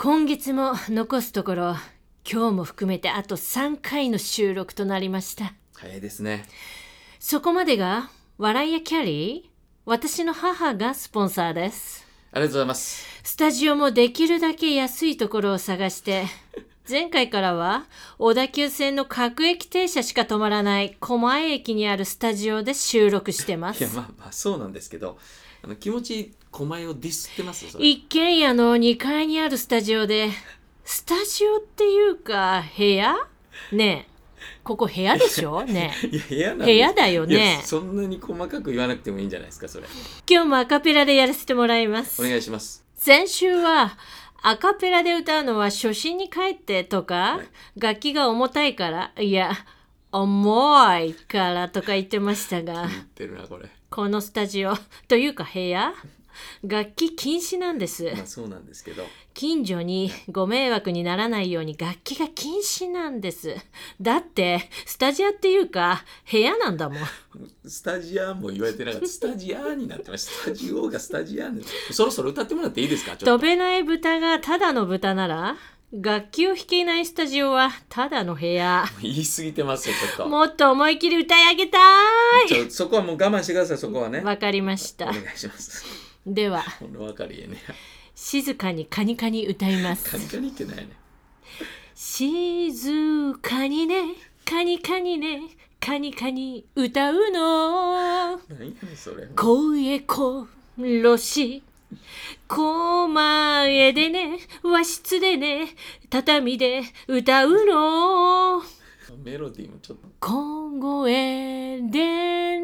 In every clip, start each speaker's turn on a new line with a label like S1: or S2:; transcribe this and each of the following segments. S1: 日も残すところ今日も含めてあと3回の収録となりました
S2: 早いですね。
S1: そこまでが笑いやキャリー私の母がスポンサーです
S2: ありがとうございます。
S1: スタジオもできるだけ安いところを探して前回からは小田急線の各駅停車しか止まらない狛江駅にあるスタジオで収録してま
S2: い
S1: す
S2: や、まあまあ、そうなんですけど、あの気持ち、狛江をディスってますよ、それ。
S1: 一軒家の2階にあるスタジオでスタジオっていうか部屋ねえここ部屋でし ょねえ
S2: いや、部屋なんです
S1: 部屋だよ
S2: い
S1: ね
S2: やそんなに細かく言わなくてもいいんじゃないですか、それ。
S1: 今日もアカペラでやらせてもらいま
S2: お
S1: す
S2: 願いします。
S1: 先週はアカペラで歌うのは初心に帰ってとか
S2: はい
S1: 楽器が重たいからいや重いからとか言ってましたが
S2: 言ってるな、これ。
S1: このスタジオというか部屋楽器禁止なんです
S2: まあ、そうなんですけど。
S1: 近所にご迷惑にならないように楽器が禁止なんですだってスタジオっていうか部屋なんだもん
S2: スタジアーも言われてなかった。スタジアーになってます。スタジオがスタジアーになってそろそろ歌ってもらっていいですか、ちょっ
S1: 飛
S2: と。
S1: べない豚がただの豚なら楽器を弾けないスタジオはただの部屋
S2: 言い過ぎてますよ、ちょっと。
S1: もっと思い切り歌い上げた
S2: ちょそこはもう我慢してください、そこはいね。
S1: わかりまし
S2: お
S1: た
S2: 願いします。
S1: では
S2: この分かりえね。
S1: 静かにカニカニ歌います
S2: カニカニってないね。
S1: 静かにねカニカニねカニカニ歌うの
S2: 何やねん、それ。
S1: 声ころし狛江でね和室でね畳で歌うの
S2: メロディーもちょっと。
S1: 小声でね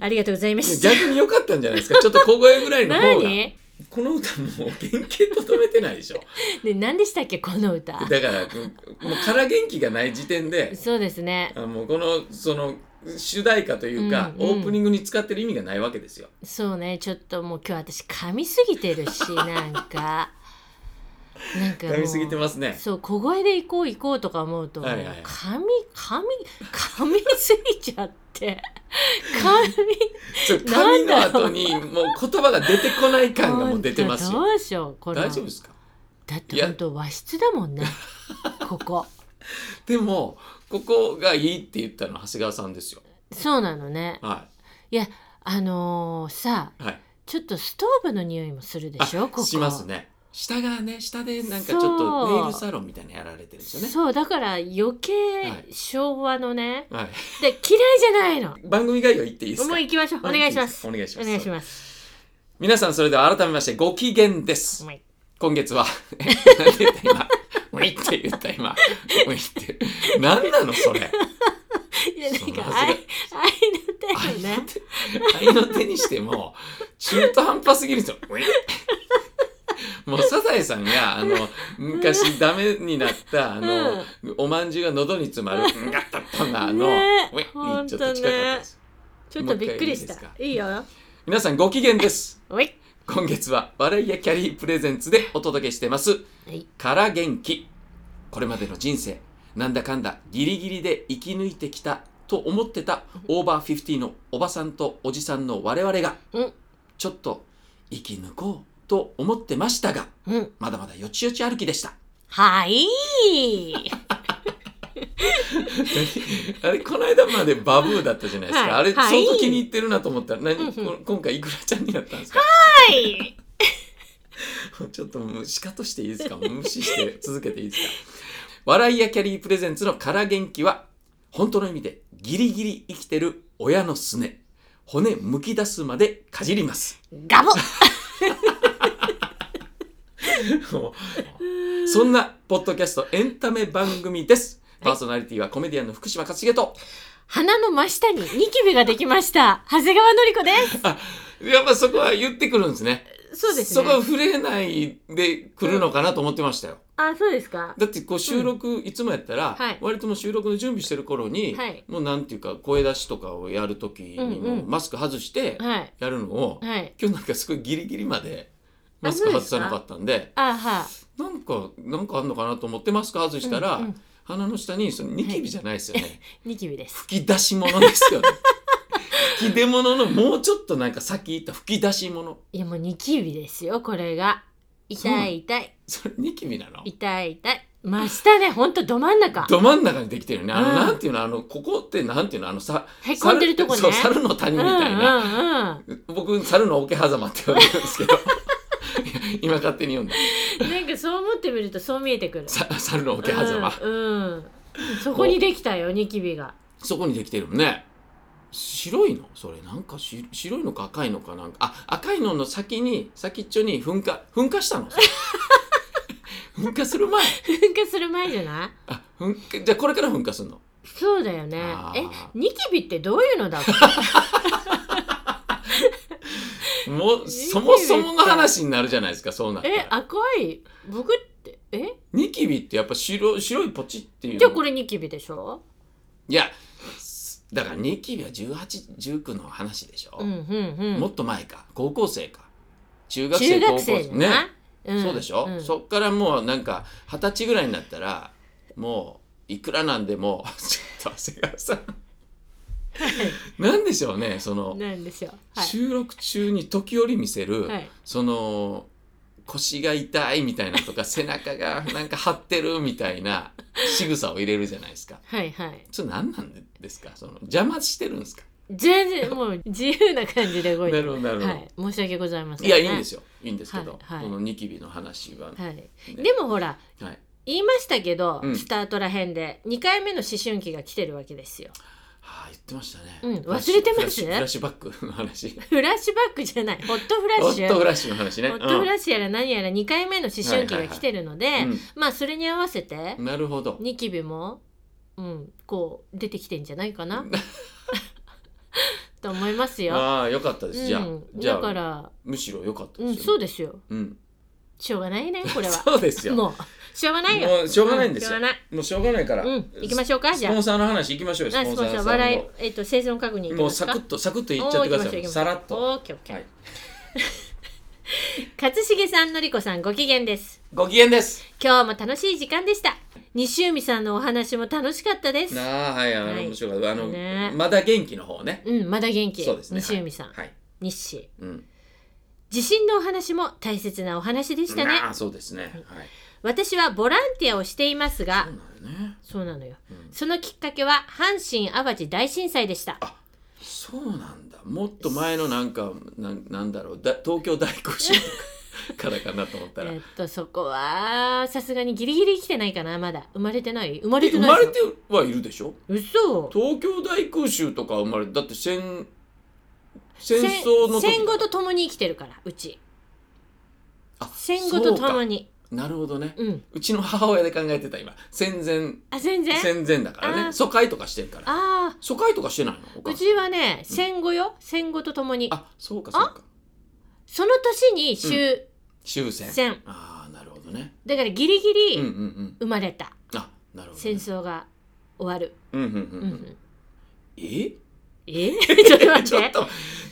S1: ありがとうございました
S2: 逆に良かったんじゃないですか。ちょっと小声ぐらいの方が。
S1: 何
S2: この歌もう原型とどめてないでしょ。
S1: で何でしたっけこの歌
S2: だから、うんもう空元気がない時点で、
S1: そうですね
S2: あもうこの、その、主題歌というか、
S1: うんうん
S2: オープニングに使ってる意味がないわけですよ。
S1: そうねちょっともう今日私噛みすぎてるしなんかなんかもう
S2: 噛みすぎてますね。
S1: そう小声で行こう行こうとか思うと、
S2: はいはいはい
S1: 噛み噛み噛みすぎちゃって 噛み
S2: ちょ
S1: なん
S2: 髪の
S1: だろう
S2: 後にもう言葉が出てこない感がもう出てます
S1: 本当
S2: よ。
S1: どうしようこれ
S2: 大丈夫ですか
S1: だって
S2: いや
S1: 本当和室だもんねここ
S2: でも、ここがいいって言ったのは長谷川さんですよ。
S1: そうなのね
S2: はい
S1: あのーさ
S2: い。はい。
S1: ちょっとストーブの匂いもするでしょ
S2: あ
S1: ここ
S2: しますね下がね下でなんかちょっとネイルサロンみたいなのやられてるんですよね
S1: そうだから余
S2: はい
S1: 計昭和のね、
S2: はい
S1: で嫌いじゃないの
S2: 番組概要言っていいですか
S1: もう行きましょうお願いします
S2: お願いし
S1: お
S2: ます
S1: 願いします
S2: 皆さんそれでは改めましてご機嫌です
S1: はい
S2: 今月はえなんて言った今ウィって言った今ウィって何なのそれ
S1: いやなん
S2: そう
S1: か
S2: 恥
S1: 愛愛の手よね
S2: 愛の手愛の手にしても中途半端すぎるんですよウィもうサザエさんがあの昔ダメになったあの、おまんじゅうが喉に詰まる「んがったったな」の
S1: ね
S2: 「ウィ」にちょっと近かったです。
S1: ちょっとびっくりした
S2: もう一回いいですか
S1: いいよ
S2: 皆さんご機嫌です
S1: おい
S2: 今月は「笑いやキャリープレゼンツ」でお届けしてます
S1: はい
S2: 「から元気」これまでの人生なんだかんだギリギリで生き抜いてきたと思ってたオーバーフィフティのおばさんとおじさんの我々が
S1: うん
S2: ちょっと生き抜こうと思ってましたが
S1: うん
S2: まだまだよちよち歩きでした
S1: はい。
S2: あれ この間までバブーだったじゃないですか、
S1: はい
S2: あれ
S1: は
S2: 相
S1: い
S2: 当気に入ってるなと思ったら何、
S1: うんうん
S2: こ今回いくらちゃんになったんですか
S1: はい。
S2: ちょっともうシカとしていいですかもう無視して続けていいですか笑いやキャリープレゼンツのから元気は本当の意味でギリギリ生きてる親のすね骨むき出すまでかじり ます
S1: ガボ。
S2: もうそんなポッドキャストエンタメ番組ですパーソナリティはコメディアンの福島勝重と
S1: 鼻の真下にニキビができました。長谷川のり子で
S2: やっぱそこは言ってくるんですね
S1: す。そうです
S2: そこは
S1: ね。
S2: 触れないでくるのかなと思ってましたよ。
S1: あ、そうですか。
S2: だってこう収録、いつもやったら、
S1: はい
S2: 割ともう収録の準備してる頃に、
S1: はい
S2: もうなんていうか声出しとかをやる時に
S1: う
S2: も
S1: ん
S2: う
S1: うん
S2: マスク外して
S1: はい。
S2: やるのを、
S1: はい。
S2: 今日なんかすごいギリギリまで
S1: あ
S2: マスク外さなかったんで
S1: あは。
S2: なんかなんかあんのかなと思ってマスク外したら、
S1: うんうん
S2: 鼻の下にそのニキビじゃないですよね、
S1: ニキビです。
S2: 吹き出し物ですよね吹き出物のもうちょっとなんか先行った吹き出し物
S1: いやもうニキビですよこれが
S2: そう
S1: 痛
S2: なの
S1: い痛い
S2: それニキビなの
S1: 痛い痛い真下ねほんとど真ん中
S2: ど真ん中にできてるよねあの、
S1: うん
S2: なんていうのあのここってなんていうのあのさ
S1: へこんでるとこね
S2: そう猿の谷みたいな、
S1: うんうんうん
S2: 僕猿の桶狭間って呼んでるんですけど いや今勝手に読んだ
S1: なんかそう思ってみるとそう見えてくる。
S2: さ猿の桶狭間、
S1: うん、うん。そこにできたよニキビが。
S2: そこにできてるもんね白いのそれなんかし白いのか赤いのかなんかあ赤いのの先に先っちょに噴火噴 火したの噴火する前
S1: 噴火する前じゃない？
S2: あ噴火じゃあこれから噴火するの
S1: そうだよね
S2: あ。
S1: え
S2: ー
S1: ニキビってどういうのだ っけ？
S2: もうそもそもの話になるじゃないですかそうなった
S1: え
S2: ら
S1: 赤い僕ってえ
S2: ニキビってやっぱ白白いポチっていうの
S1: じゃあこれニキビでしょ？
S2: いやすだからニキビは1819の話でしょ、
S1: うんうんう
S2: も
S1: ん。
S2: っと前か高校生か中学
S1: 中
S2: 生
S1: 学
S2: 高
S1: 生
S2: 校
S1: じ
S2: 生
S1: ゃ
S2: ね
S1: ない？うん
S2: そうでしょ、
S1: うん
S2: そっからもうなんか二十歳ぐらいになったらもういくらなんでも ちょっと長谷川さんなんでしょうねその、
S1: なんですよ。はい。
S2: 収録中に時折見せる、
S1: はい
S2: その腰が痛いみたいなとか背中がなんか張ってるみたいな仕草を入れるじゃないですか。
S1: はいはい。
S2: それ何なんですかその邪魔してるんですか
S1: 全然もう自由な感じで動い
S2: な
S1: て
S2: るほどなるほど、
S1: はい。申し訳ございません、
S2: いやいいんです
S1: よ。
S2: よいいんですけど、
S1: はいはい
S2: このニキビの話は、
S1: はい。
S2: ね
S1: でもほら
S2: はい
S1: 言いましたけど、
S2: うん
S1: スタートらへんで2回目の思春期が来てるわけですよ。
S2: はあ、言ってましたね。
S1: うん忘れてます
S2: フラッシュフラッシュフラッシュバックの話。
S1: フラッシュバックじゃないホットフラ
S2: ホ
S1: ッシ
S2: ッ
S1: ュ
S2: トフラッシュの話ね。
S1: ホットフラッシュやら何やら2回目の思春期が来てるので、
S2: うん
S1: まあそれに合わせて
S2: うんなるほど。
S1: ニキビも、うん、こう出てきてんじゃないかなと思いますよ。
S2: ああ、よかったです。じゃあ、
S1: うん、
S2: じゃ
S1: だ
S2: あ
S1: から、
S2: むしろよかった
S1: う
S2: で
S1: ん、
S2: すよ、
S1: そうですよ。
S2: うん
S1: しょうがないねこれは。
S2: そうですよ。も
S1: もうしょうがないよ。
S2: うしょうがないんです
S1: うしょ
S2: よ。
S1: うがない。
S2: もうしょうがないから。
S1: うん、行きましょうかじ
S2: ス
S1: ゃあ
S2: ポ。ンサーの話行きましょうよ。
S1: あ
S2: ス
S1: ス
S2: ポ
S1: ポン
S2: ン
S1: サ
S2: サー
S1: ー
S2: さん
S1: 笑い
S2: の。
S1: えっ、と生存確認いき
S2: も
S1: ま
S2: う
S1: す
S2: サ
S1: か
S2: クッとサクッと言っちゃってくだ
S1: おー行きましょう行きま
S2: さい。
S1: しょう
S2: さらっと。
S1: オッケーオッケー
S2: はい。
S1: 勝重さんのりこさんご機嫌です
S2: ご機嫌です。
S1: 今日も楽しい時間でした西海さんのお話も楽しかったです
S2: なあ、はい、あの、
S1: はい
S2: 面白かった。あの、
S1: ね
S2: まだ元気の方ね。
S1: うんまだ元気
S2: そうですね。
S1: 西海さん、
S2: はい。はい
S1: 日誌
S2: うん。
S1: 地震のお話も大切なお話でしたね
S2: ああ、そうですね。はい。
S1: 私はボランティアをしていますが
S2: そうなんだよね。
S1: そうなのよ、
S2: うん
S1: そのきっかけは阪神淡路大震災でした
S2: そうなんだもっと前のなんかなんなんだろうだ東京大空襲とかからかなと思っ
S1: え
S2: たら
S1: っとそこはさすがにギリギリ生きてないかなまだ生まれてない生まれて
S2: 生
S1: ない
S2: まれ
S1: で
S2: てはいるでしょ
S1: しょ嘘
S2: 東京大空襲とかは生まれだって戦戦争の時
S1: 戦戦後と共に生きてるからうち
S2: あ
S1: 戦後と
S2: そう
S1: 共
S2: か
S1: に
S2: なるほどね
S1: うん
S2: うちの母親で考えてた今戦前
S1: あ全然
S2: 戦前だから
S1: あー
S2: ね疎開とかしてるから
S1: あ
S2: 疎開とかしてないのお
S1: あう
S2: 母さん
S1: ちはね戦後よ戦後と共に
S2: あそうかそうか
S1: その年に終
S2: 終戦
S1: 戦、
S2: ああなるほどね
S1: だからギリギ
S2: うんうんう
S1: リ
S2: ん
S1: 生まれた、
S2: あなるほど
S1: 戦
S2: ね
S1: 争が終わる、
S2: うんうんう
S1: うんんう
S2: うん
S1: ん、
S2: え
S1: え ちょっと待
S2: ちょ
S1: っ
S2: ってと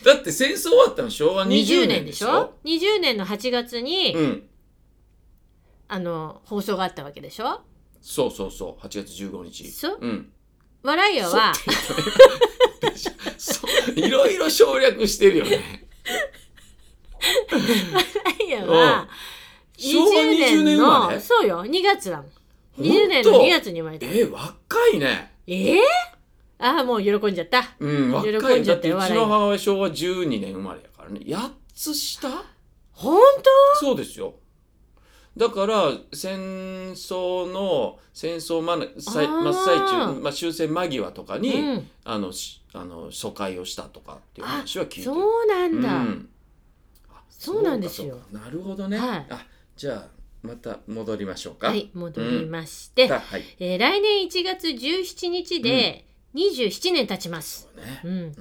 S2: だって戦争終わったの昭和
S1: 20
S2: 20
S1: 年
S2: 年
S1: で
S2: で
S1: し
S2: し
S1: ょ
S2: ょ
S1: 20年の8月に、
S2: うん
S1: あの放送があったわけでしょ
S2: そうそうそう8月15日
S1: そ
S2: うん
S1: 笑いよは
S2: そういろいろ省略してるよ ね
S1: 笑いよは
S2: 昭和20年生まれ
S1: そうよ2月だもん
S2: ほんと
S1: 20年の2月に生まれた
S2: え若いね
S1: ええああもう喜んじゃった
S2: うん若
S1: 喜ん
S2: い
S1: じゃ
S2: だ
S1: っ
S2: っててうちの母親昭和12年生まれやからね8つ下
S1: 本
S2: そうですよだから戦争の戦争まなさい
S1: あー
S2: 真っ最中、まあ、終戦間際とか
S1: 当
S2: に、
S1: うん、
S2: あのしあの疎開をしたとかっていう話は聞いてる
S1: そうなんだ、
S2: うんあ
S1: そうなんですよ
S2: そうかそうかなるほどね。
S1: はい
S2: あじゃあまた戻りましょうか。
S1: はい戻りまして、
S2: だはい。
S1: えー来年1月17日で27年経ちます、
S2: そうね
S1: う。ん
S2: うん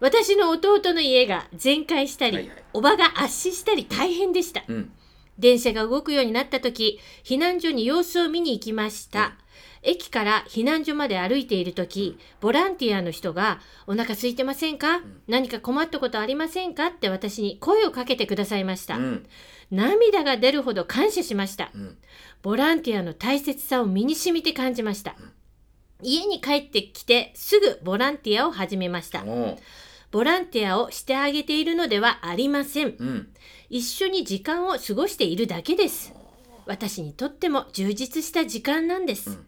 S1: 私の弟の家が全壊したり、
S2: はいはい
S1: おばが圧死したり大変でした、
S2: うん
S1: 電車が動くようになった時避難所に様子を見に行きました、駅から避難所まで歩いている時ボランティアの人が「お腹空いてませんか、
S2: ん
S1: 何か困ったことありませんか?」って私に声をかけてくださいました、
S2: うん
S1: 涙が出るほど感謝しました
S2: うん
S1: ボランティアの大切さを身に染みて感じました家に帰ってきてすぐボランティアを始めました
S2: おう
S1: ボランティアをしてあげているのではありません。
S2: うん
S1: 一緒に時間を過ごしているだけです。私にとっても充実した時間なんです。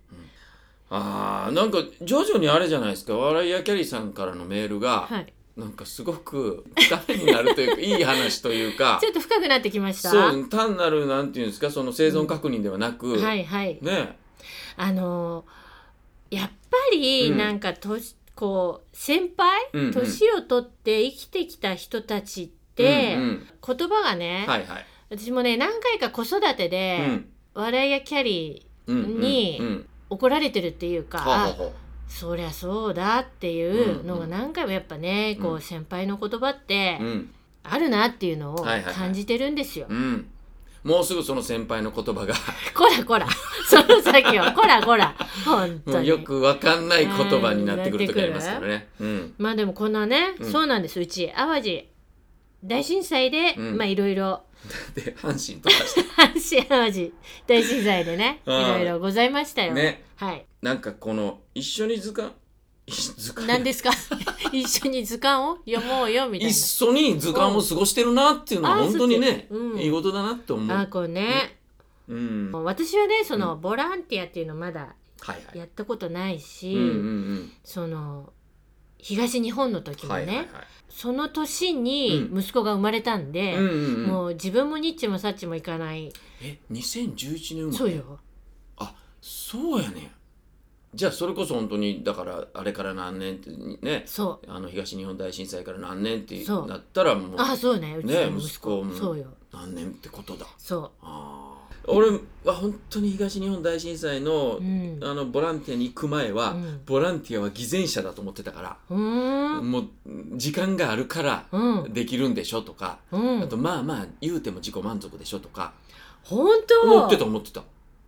S2: あーなんか徐々にあれじゃないですか笑いやキャリーさんからのメールが、
S1: はい。
S2: なんかすごくためになるというかいい話というか
S1: ちょっと深くなってきました。
S2: そう単なるなんていうんですかその生存確認ではなく、
S1: はいはい。
S2: ね
S1: あのーやっぱり
S2: うん
S1: なんかと、こう先輩、
S2: うんうん
S1: 年を取って生きてきた人たちって、
S2: うんうん
S1: 言葉がね、
S2: はいはい、
S1: 私もね何回か子育てで、笑いやキャリー
S2: うんうんうん
S1: に
S2: うん
S1: 怒られてるっていうか、
S2: はあはあは
S1: あそりゃそうだっていうの
S2: うんう
S1: が
S2: ん
S1: 何回もやっぱね、こ
S2: う
S1: うん先輩の言葉って
S2: あうん
S1: あるなっていうのを
S2: はいはいはい
S1: 感じてるんですよ。
S2: うんもうすぐその先輩の言葉が
S1: こらこら その先はこらこら本
S2: も
S1: 当
S2: う
S1: に。
S2: よくわかんない言葉になってくる時ありますからね。うん
S1: まあでもこんなね、
S2: うん
S1: そうなんですうち淡路大震災で、
S2: うん
S1: まあいろいろ
S2: で阪神とかして
S1: 阪神・淡路大震災で ねい
S2: うん
S1: ろいろございましたよ。
S2: ね
S1: はい、
S2: なんかこの一緒に図鑑一図鑑
S1: 何 ですか一緒に図鑑を読もうよみたい
S2: 一緒に図鑑を過ごしてるなっていうのは
S1: うん
S2: 本当にね、
S1: うん
S2: いいことだなって思
S1: な。あ
S2: う。
S1: こうね、
S2: うん、はい
S1: 私はねその、
S2: う
S1: ボランティアっていうのまだ
S2: はい。
S1: やったことないし、
S2: うんうん
S1: その東日本の時
S2: うん。
S1: も
S2: は
S1: ね、
S2: いはいはい。
S1: その年に息子が生まれたんで、
S2: うんうんうん。
S1: もう自分もニッチもサッチもいかない、
S2: え、2011年生まれ。
S1: そう。よ
S2: そうやね。じゃあそれこそ本当にだからあれから何年ってね、
S1: そう
S2: あの東日本大震災から何年って
S1: そう
S2: なったらもう
S1: あそうねうち
S2: ね
S1: の息子
S2: 息子も
S1: そうよ
S2: 何年ってことだ。
S1: そ
S2: ああ。俺は本当に東日本大震災の
S1: う。うん。
S2: あのボランティアに行く前は、
S1: うん
S2: ボランティアは偽善者だと思ってたから。
S1: うーん。
S2: もう時間があるから
S1: うん。
S2: できるんでしょとか、
S1: うん。
S2: あとまあまあ言うても自己満足でしょとか
S1: 本当。
S2: 思ってた思ってた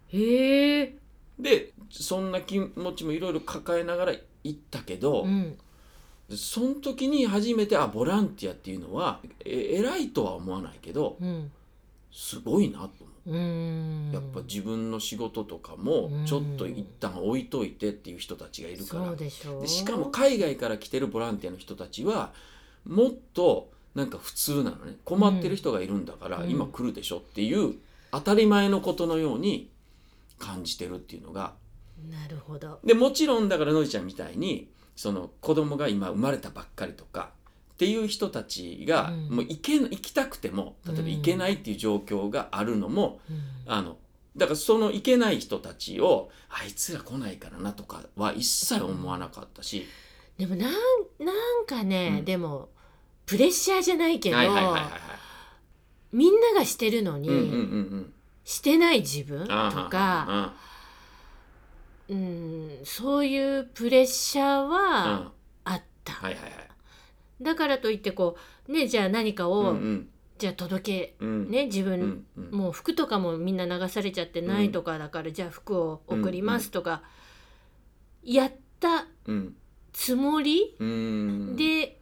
S1: へえ。
S2: でそんな気持ちもいろいろ抱えながら行ったけど、
S1: うん。
S2: その時に初めてあボランティアっていうのはえ偉いとは思わないけど
S1: うん。
S2: すごいなと思
S1: うーん。
S2: うやっぱ自分の仕事とかも
S1: うん
S2: ちょっと一旦置いといてっていう人たちがいるから、
S1: そうでしょう。
S2: でしかも海外から来てるボランティアの人たちはもっとなんか普通なのね困ってる人がいるんだから、
S1: うん
S2: 今来るでしょっていう当たり前のことのように感じてるっていうのが
S1: なるほど。
S2: でもちろんだからのりちゃんみたいにその子供が今生まれたばっかりとかっていう人たちが、
S1: うん
S2: もう行け行きたくても例えば
S1: うん
S2: 行けないっていう状況があるのも、
S1: うん
S2: あのだからその行けない人たちをあいつら来ないからなとかは一切思わなかったし、
S1: でもなんなんかね、
S2: うん
S1: でもプレッシャーじゃないけど、
S2: はいはいはいはいはい
S1: みんながしてるのに、
S2: うんうんうん
S1: してない自分
S2: うん
S1: と
S2: あー
S1: か、
S2: あ
S1: うん、そういうプレッシャー
S2: ーうん
S1: はあった。
S2: はいはいはい
S1: だからといってこうねじゃあ何か
S2: う
S1: を、
S2: んうん
S1: じゃあ届
S2: うん
S1: けね自分、
S2: うんうん
S1: もう服とかもみんな流されちゃってないとかだから、じゃあ服を送りますとか、やった
S2: うん
S1: つもり
S2: うん
S1: で、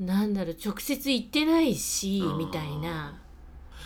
S1: なんだろう直接行ってないし
S2: あー
S1: みたいな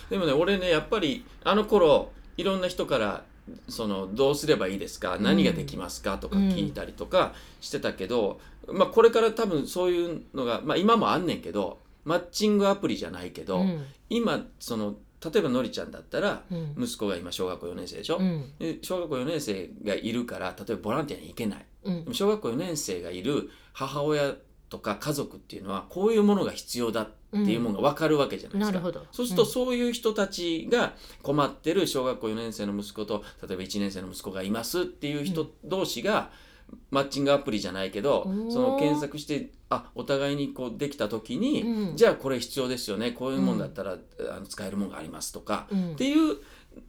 S2: でもね俺ねやっぱりあの頃いろんな人からそのどうすればいいですか
S1: ん
S2: 何ができますかとか聞いたりとかしてたけど、まあこれから多分そういうのが、まあ、今もあんねんけどマッチングアプリじゃないけど、
S1: うん
S2: 今その例えばのりちゃんだったら
S1: うん
S2: 息子が今小学校4年生でしょ、
S1: うん
S2: で小学校4年生がいるから例えばボランティアに行けない
S1: うん
S2: でも小学校4年生がいる母親とか家族っていうのはこういうものが必要だっていうものが分かるわけじゃないで
S1: な
S2: すか。
S1: るほど
S2: そうすると
S1: ん
S2: そういう人たちが困ってる小学校4年生の息子と例えば1年生の息子がいますっていう
S1: う
S2: 人同士がマッチングアプリじゃないけど
S1: おー
S2: その検索してあお互いにこうできた時に、
S1: うん
S2: じゃあこれ必要ですよねこういうもんだったら、あの使えるもんがありますとか、
S1: うん
S2: っていう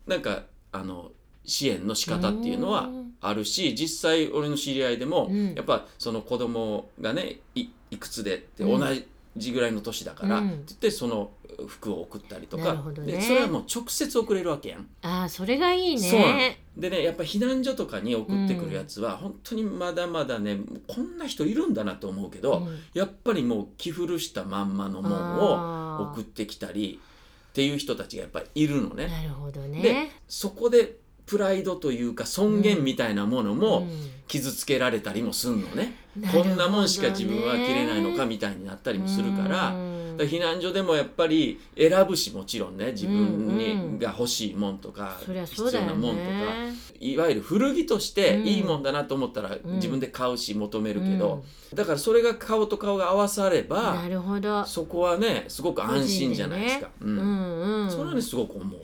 S2: なんかあの支援の仕方っていうのは
S1: うん
S2: あるし実際俺の知り合いでも、
S1: うん
S2: やっぱその子供がねいいくつでって
S1: う
S2: 同
S1: ん
S2: じぐらいの年だから、
S1: うん
S2: って言ってその服を送ったりと
S1: な
S2: か
S1: るほどね
S2: でそれはもう直接送れるわけやん。
S1: ああそれがいい
S2: そうなの
S1: ね
S2: でねやっぱ避難所とかに送ってくるやつは、本当にまだまだねこんな人いるんだなと思うけど、
S1: うん
S2: やっぱりもう着古したまんまのものを
S1: あ
S2: 送っ
S1: ー
S2: てきたりっていう人たちがやっぱりいるのね。
S1: なるほど
S2: で
S1: ね
S2: そこでプライドというか尊厳みたいなもの
S1: う
S2: も
S1: ん
S2: 傷つけられたりもすんのね。
S1: なるほ
S2: こ
S1: どね
S2: んなもんしか自分は着れないのかみたいになったりもするから。
S1: うん
S2: だから避難所でもやっぱり選ぶしもちろんね自分に、
S1: うんうん
S2: が欲しいもんとか
S1: そりゃそう
S2: 必
S1: だ
S2: 要
S1: よ
S2: なもんとか、
S1: ね
S2: いわゆる古着として
S1: うん
S2: いいもんだなと思ったら
S1: ん
S2: 自分で買うし求めるけど、だからそれが顔と顔が合わされ
S1: うん
S2: ば
S1: なるほど
S2: そこはねすごく安心じゃないですか。う
S1: うんんうん
S2: それはねすごく思うね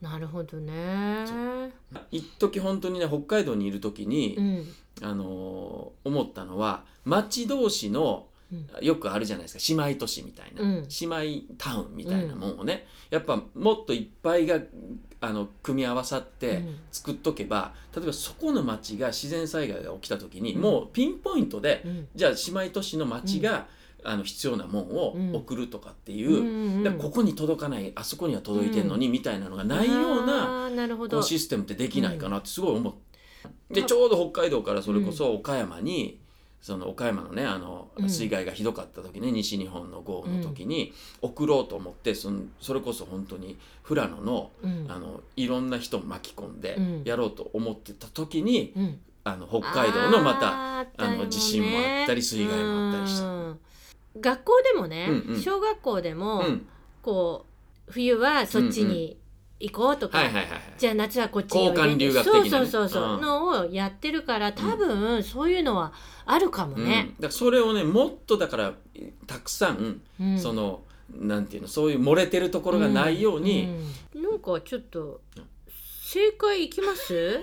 S1: なるほどね
S2: 一時本当にね北海道にいる時に、
S1: うん
S2: あのー思ったのは町同士の
S1: うん
S2: よくあるじゃないですか姉妹都市みたいな、
S1: うん
S2: 姉妹タウンみたいなもんをね、やっぱもっといっぱいがあの組み合わさって
S1: うん
S2: 作っとけば、例えばそこの町が自然災害が起きた時に、
S1: うん
S2: もうピンポイントで、
S1: うん
S2: じゃあ姉妹都市の町が、あの必要なもん
S1: うん
S2: を送るとかっていう、
S1: うん
S2: だからここに届かないあそこには届いてんのに、みたいなのがないような。
S1: あーなるほ
S2: こ
S1: ど
S2: うシステムってできないかなってすごい思う。で
S1: まあ
S2: ちょうど北海道からそれこそ岡山に、その岡山のねあの
S1: うん
S2: 水害がひどかった時ね、西日本の豪雨の時に送ろうと思ってそのそれこそ本当に富良野の,、
S1: うん
S2: あのいろんな人を巻き込んで
S1: うん
S2: やろうと思ってた時に、
S1: うん
S2: あの北海道のまた
S1: あーったよ
S2: あの地震もあったり水害もあったりした
S1: うん学校でもね、
S2: うんうん
S1: 小学校でも、
S2: うん、
S1: こう冬はそっちに行こうとか、
S2: はいはいはいはい。
S1: じゃあ夏はこっちにおいで
S2: 交換留学的なね
S1: そうそうそうそう、
S2: うん
S1: のをやってるから多分そういうのはあるかも
S2: うん、
S1: ね
S2: だ、からそれをねもっとだからたくさん、
S1: うん
S2: そのなんていうのそういう漏れてるところがないように、
S1: うんなんかちょっと正解いきます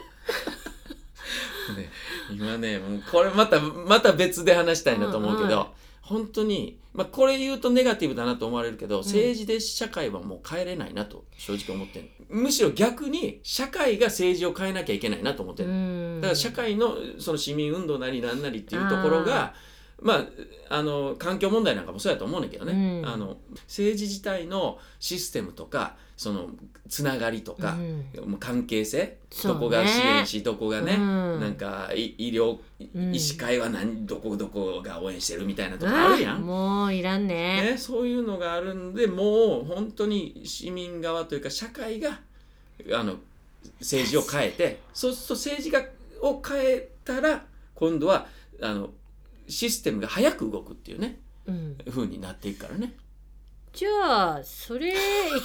S2: ね、今ねもうこれまたまた別で話したいなと思うけど、
S1: うんうん
S2: 本当に、まあ、これ言うとネガティブだなと思われるけど、政治で社会はもう変えれないなと正直思ってるむしろ逆に社会が政治を変えなきゃいけないなと思ってる、
S1: うん
S2: だから社会のその市民運動なりなんなりっていうところがまあ、あの環境問題なんかもそうやと思うねんだけどね、
S1: うん
S2: あの政治自体のシステムとかそのつながりとか
S1: う、ん
S2: もう関係性、
S1: そう
S2: ど
S1: ね
S2: こが支援しどこがね、
S1: うん
S2: なんかい医療、い
S1: うん
S2: 医師会は何どこどこが応援してるみたいなとこあるや
S1: あ
S2: ん、
S1: もういらんね
S2: ね、そういうのがあるんでもう本当に市民側というか社会があの政治を変えてそうすると政治がを変えたら今度はあのシステムが早く動くっていうね
S1: うん、
S2: 風になっていくからね。
S1: じゃあそれい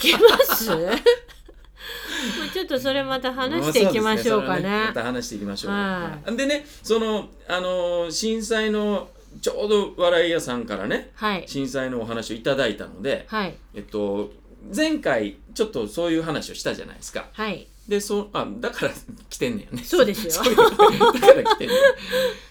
S1: けます もうちょっとそれまた話していきましょうかね。
S2: まあそうですねそれはねまた話していきましょう。
S1: は
S2: でね、その、あのー震災の、ちょうど笑い屋さんからね、
S1: はい
S2: 震災のお話をいただいたので、
S1: はい
S2: えっと、前回、ちょっとそういう話をしたじゃないですか。
S1: はい
S2: で、そう、あ、だから来てんねんね。
S1: そうですよ
S2: そういうだから来てんねん。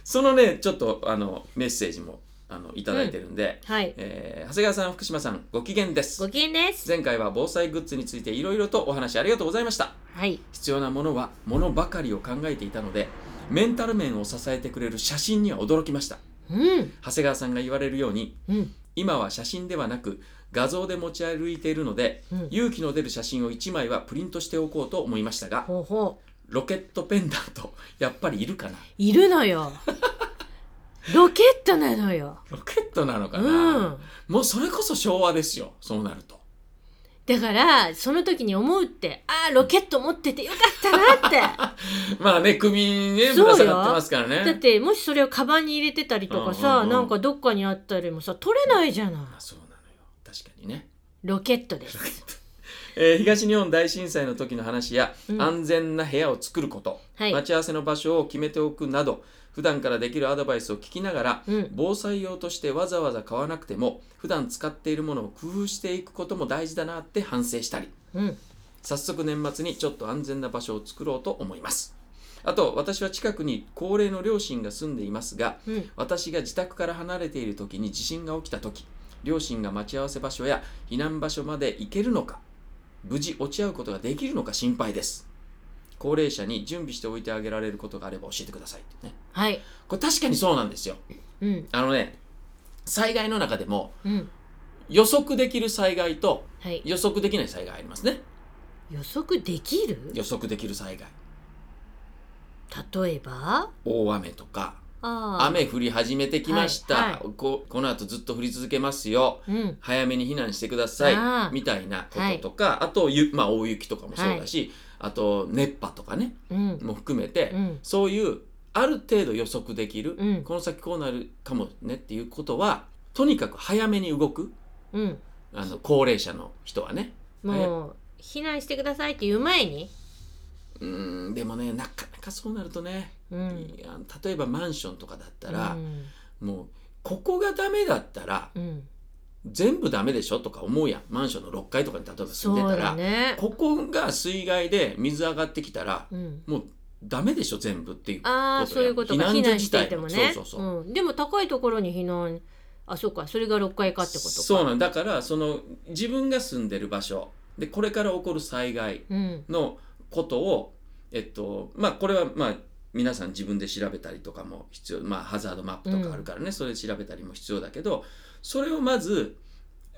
S2: そのね、ちょっと、あの、メッセージも、あの、いただいてるんで、
S1: はい
S2: えー長谷川さん、福島さん、ご機嫌です
S1: ご。機嫌です。
S2: 前回は防災グッズについていろいろとお話ありがとうございました。
S1: はい
S2: 必要なものはものばかりを考えていたのでメンタル面を支えてくれる写真には驚きました
S1: うん
S2: 長谷川さんが言われるように
S1: うん
S2: 今は写真ではなく画像で持ち歩いているので
S1: うん
S2: 勇気の出る写真を1枚はプリントしておこうと思いましたが
S1: ほうほう
S2: ロケットペンダントやっぱりいるかない
S1: るのよ。ロケットなのよ。
S2: ロケットなのか
S1: う
S2: な、
S1: ん。
S2: もうそれこそ昭和ですよそうなると
S1: だからその時に思うってああロケット持っててよかったなっ
S2: まあね首にね
S1: そう
S2: ぶ
S1: よ
S2: ら下がってますから
S1: て。だっ
S2: ね
S1: てもしそれをカバンに入れてたりとか
S2: うんうん
S1: さ
S2: うん
S1: なんかどっかにあったりもさ取れないじゃない。
S2: あそうなのよ確かにね
S1: ロケットです。
S2: えー東日本大震災の時の話や、
S1: うん
S2: 安全な部屋を作ること、
S1: はい
S2: 待ち合わせの場所を決めておくなど普段からできるアドバイスを聞きながら、
S1: うん
S2: 防災用としてわざわざ買わなくても普段使っているものを工夫していくことも大事だなって反省したり
S1: うん
S2: 早速年末にちょっと安全な場所を作ろうと思いますあと私は近くに高齢の両親が住んでいますが
S1: うん
S2: 私が自宅から離れている時に地震が起きた時両親が待ち合わせ場所や避難場所まで行けるのか無事落ち合うことができるのか心配です高齢者に準備しておいてあげられることがあれば教えてくださいってね
S1: はい
S2: これ確かにそうなんですよ
S1: うん
S2: あのね災害の中でも
S1: うん
S2: 予測できる災害と
S1: はい
S2: 予測できない災害ありますね
S1: 予測できる
S2: 予測できる災害
S1: 例えば
S2: 大雨とか
S1: あ
S2: 雨降り始めてきました、
S1: はいは
S2: ここの後ずっと降り続けますよ
S1: 雨うん
S2: 早めに避難してくださ
S1: あ
S2: い
S1: ー
S2: みたいなこととか、あとゆ、まあ、大雪とかもそうだし、あと熱波とかね
S1: うん
S2: も含めて、
S1: うん
S2: そういうある程度予測できる、
S1: うん
S2: この先こうなるかもねっていうことはとにかく早めに動く
S1: うん
S2: あの高齢者の人はね
S1: もう避難してくださいって言う前に、
S2: うーんでもねなかなかそうなるとね、
S1: うん、
S2: いや例えばマンションとかだったら
S1: う、ん
S2: もうここがダメだったら
S1: うん、
S2: 全部ダメでしょとか思うやんマンションの6階とかに例えば住んで
S1: そ
S2: た
S1: う
S2: ら、
S1: だね、
S2: ここが水害で水上がってきたら
S1: うん、
S2: もうダメでしょ全部っていう
S1: ああ
S2: こ
S1: そ
S2: とや
S1: ういうことか
S2: 避難所
S1: 避難していても
S2: 自体
S1: ね
S2: もそうそうそ
S1: うん、でも高いところに避難あそうかそれが6階かってことか
S2: そう
S1: う、
S2: なんだからその自分が住んでる場所でこれから起こる災害
S1: うん
S2: のことをえっとまあこれはまあ皆さん自分で調べたりとかも必要まあハザードマップとかあるからね、それ調べたりも必要だけどそれをまず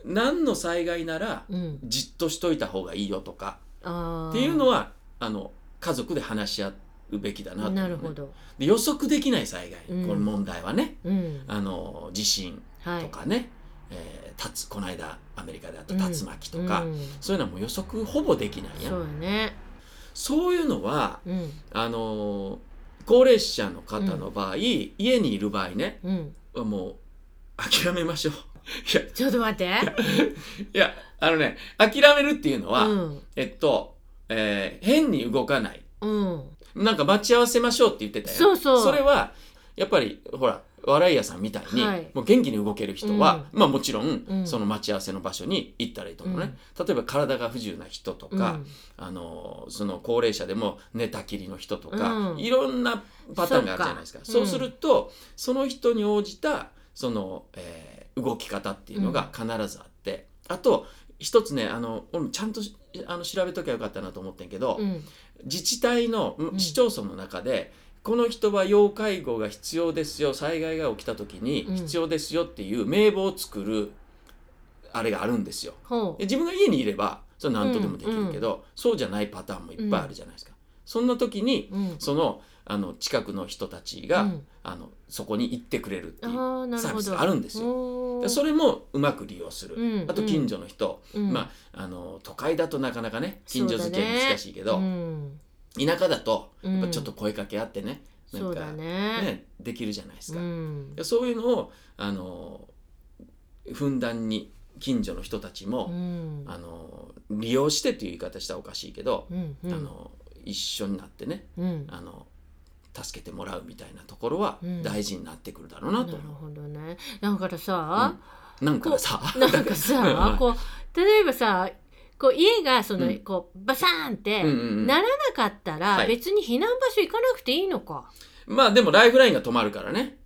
S2: 何の災害なら
S1: うん、
S2: じっとしといた方がいいよとか
S1: あー
S2: っていうのはあの家族で話し合うべきだなと思うね
S1: なるほど、
S2: で予測できない災害、
S1: うん
S2: この問題はね
S1: うん、
S2: あの地震
S1: は
S2: と
S1: い
S2: かね、えー竜この間アメリカであった
S1: うん
S2: 竜巻とか、
S1: うん、
S2: そういうのはもう予測ほぼできないやん
S1: そうやね
S2: そういうのは
S1: うん
S2: あのー高齢者の方の場合、家にいる場合ね
S1: うん
S2: もう諦めましょう いや
S1: ちょっと待って
S2: いやあのね諦めるっていうのは、
S1: うん
S2: えっと、えー変に動かない
S1: うん
S2: なんか待ち合わせましょうって言ってたやん
S1: そうそう
S2: れはやっぱりほら笑い屋さんみたいに、
S1: はい
S2: もう元気に動ける人は、まあもちろん、
S1: うん
S2: その待ち合わせの場所に行ったらいいと思うね、例えば体が不自由な人とか、
S1: うん
S2: あのその高齢者でも寝たきりの人とか、
S1: うん
S2: いろんなパターンがあるじゃないですか
S1: そ
S2: そうう,、
S1: か
S2: するとその人に応じたその、えー動き方っていうのが必ずあって、あと一つねあの俺もちゃんとしあの調べときゃよかったなと思ってんけど、
S1: うん
S2: 自治体のうん
S1: うん
S2: 市町村の中で、この人は要介護が必要ですよ災害が起きた時に
S1: うん
S2: 必要ですよっていう名簿を作るあれがあるんですよ。
S1: ほ
S2: で自分が家にいればそれは何とでもできるけど、そうじゃないパターンもいっぱいあるじゃないですか。そんな時に
S1: う、うん、
S2: そのあの近くの人たちが、
S1: うん
S2: あのそこに行ってくれるっていう
S1: あーなる
S2: サー
S1: ほ
S2: ビス
S1: ど
S2: があるんですよ。
S1: よ
S2: でそれもうまく利用する、
S1: うん
S2: あと近所の人、
S1: うん
S2: まああの都会だとなかなかね近所付き合
S1: そうだね
S2: い難しいけど、
S1: うん
S2: 田舎だと
S1: うん
S2: やっぱちょっと声かけあってね、
S1: そうだね
S2: ねできるじゃないですか、
S1: うん
S2: でそういうのをあのふんだんに近所の人たち
S1: う
S2: も、
S1: ん
S2: あの利用してという言い方したらおかしいけど、
S1: うんうん
S2: あの一緒になってね
S1: うん
S2: あの助けてもらうみたいなところは
S1: うん
S2: 大事になってくるだろう
S1: な
S2: な
S1: る
S2: と思う、
S1: ほどねだからさ、
S2: なんかさ
S1: なんか さこう例えばさこう家がその、
S2: うん
S1: こうバサーンって、
S2: うんうんうん
S1: ならなかったら、
S2: はい
S1: 別に避難場所行かなくていいのか。
S2: まあでもライフラインが止まるからね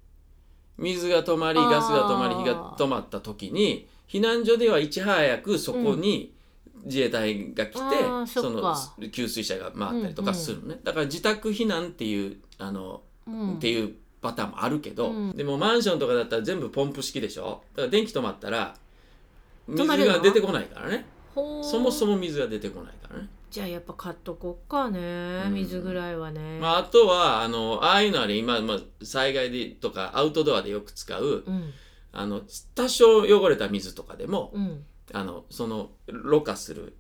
S2: 水が止まり
S1: あー
S2: ガスが止まり火が止まった時に避難所ではいち早くそこに自衛隊が来て、
S1: あー
S2: そ
S1: そっか
S2: の給水車が回ったりとか
S1: うんうん
S2: するのね、だから自宅避難っていうあの、
S1: うん、
S2: っていうパターンもあるけど、
S1: うん
S2: でもマンションとかだったら全部ポンプ式でしょだから電気止まったら水
S1: 止まるの
S2: が出てこないからねそもそ
S1: も
S2: も水が出てこないからね、
S1: じゃあやっぱ買っとこっかね
S2: うん
S1: 水ぐらいはね。
S2: まあ、あとはあのああいうのはね今、まあ、災害でとかアウトドアでよく使う、
S1: うん
S2: あの多少汚れた水とかでも、
S1: うん、
S2: あのそのろ過する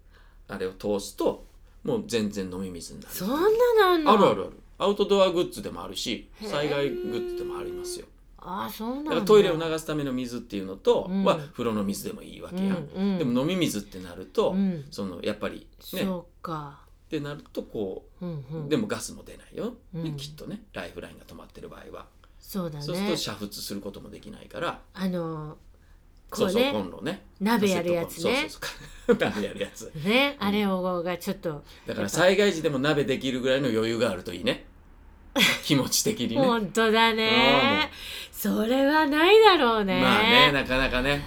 S2: あれを通すともう全然飲み水になる
S1: そんなのんの
S2: あるあるあるアウトドアグッズでもあるし
S1: へー
S2: 災害グッズでもありますよ
S1: あそうなん
S2: だ
S1: だ
S2: からトイレを流すための水っていうのと
S1: うん
S2: は風呂の水でもいいわけやん、
S1: うんうん、
S2: でも飲み水ってなると、
S1: うん
S2: そのやっぱりねっ
S1: そうか、
S2: てなるとこ
S1: うん
S2: う、
S1: うん、
S2: でもガスも出ないよ、ね
S1: うん
S2: きっとねライフラインが止まってる場合は、
S1: そうだね
S2: そうすると煮沸することもできないから
S1: あのこ
S2: そうう
S1: ね
S2: そうコンロね
S1: 鍋やるやつね
S2: そうそうそう鍋やるやつ
S1: ねあれをがちょっと、
S2: だから災害時でも鍋できるぐらいの余裕があるといいね気持ち的 にね
S1: 本当だ
S2: うんも
S1: ねそれはないだろうね
S2: まあねなかなかね、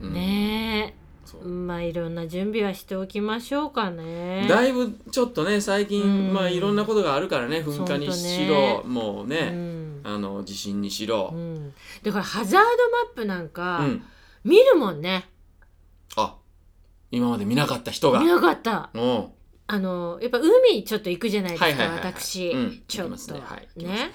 S2: うん
S1: ね
S2: そ
S1: え
S2: う
S1: まあいろんな準備はしておきましょうかね
S2: だいぶちょっとね最近、
S1: うん
S2: まあいろんなことがあるからね噴火にし
S1: 本
S2: ろ
S1: 当ね
S2: もう
S1: う
S2: ね、
S1: ん、
S2: あの地震にしろ
S1: う、ん、だからハザードマップなん
S2: う
S1: か
S2: ん
S1: 見るもんね、
S2: あ今まで見なかった人が
S1: 見なかった
S2: も
S1: あのやっぱ海ちょっと行くじゃないですか、
S2: はいはいはいはい
S1: 私、
S2: うん
S1: ちょっ
S2: 行きます
S1: と
S2: ね
S1: ね,、
S2: はい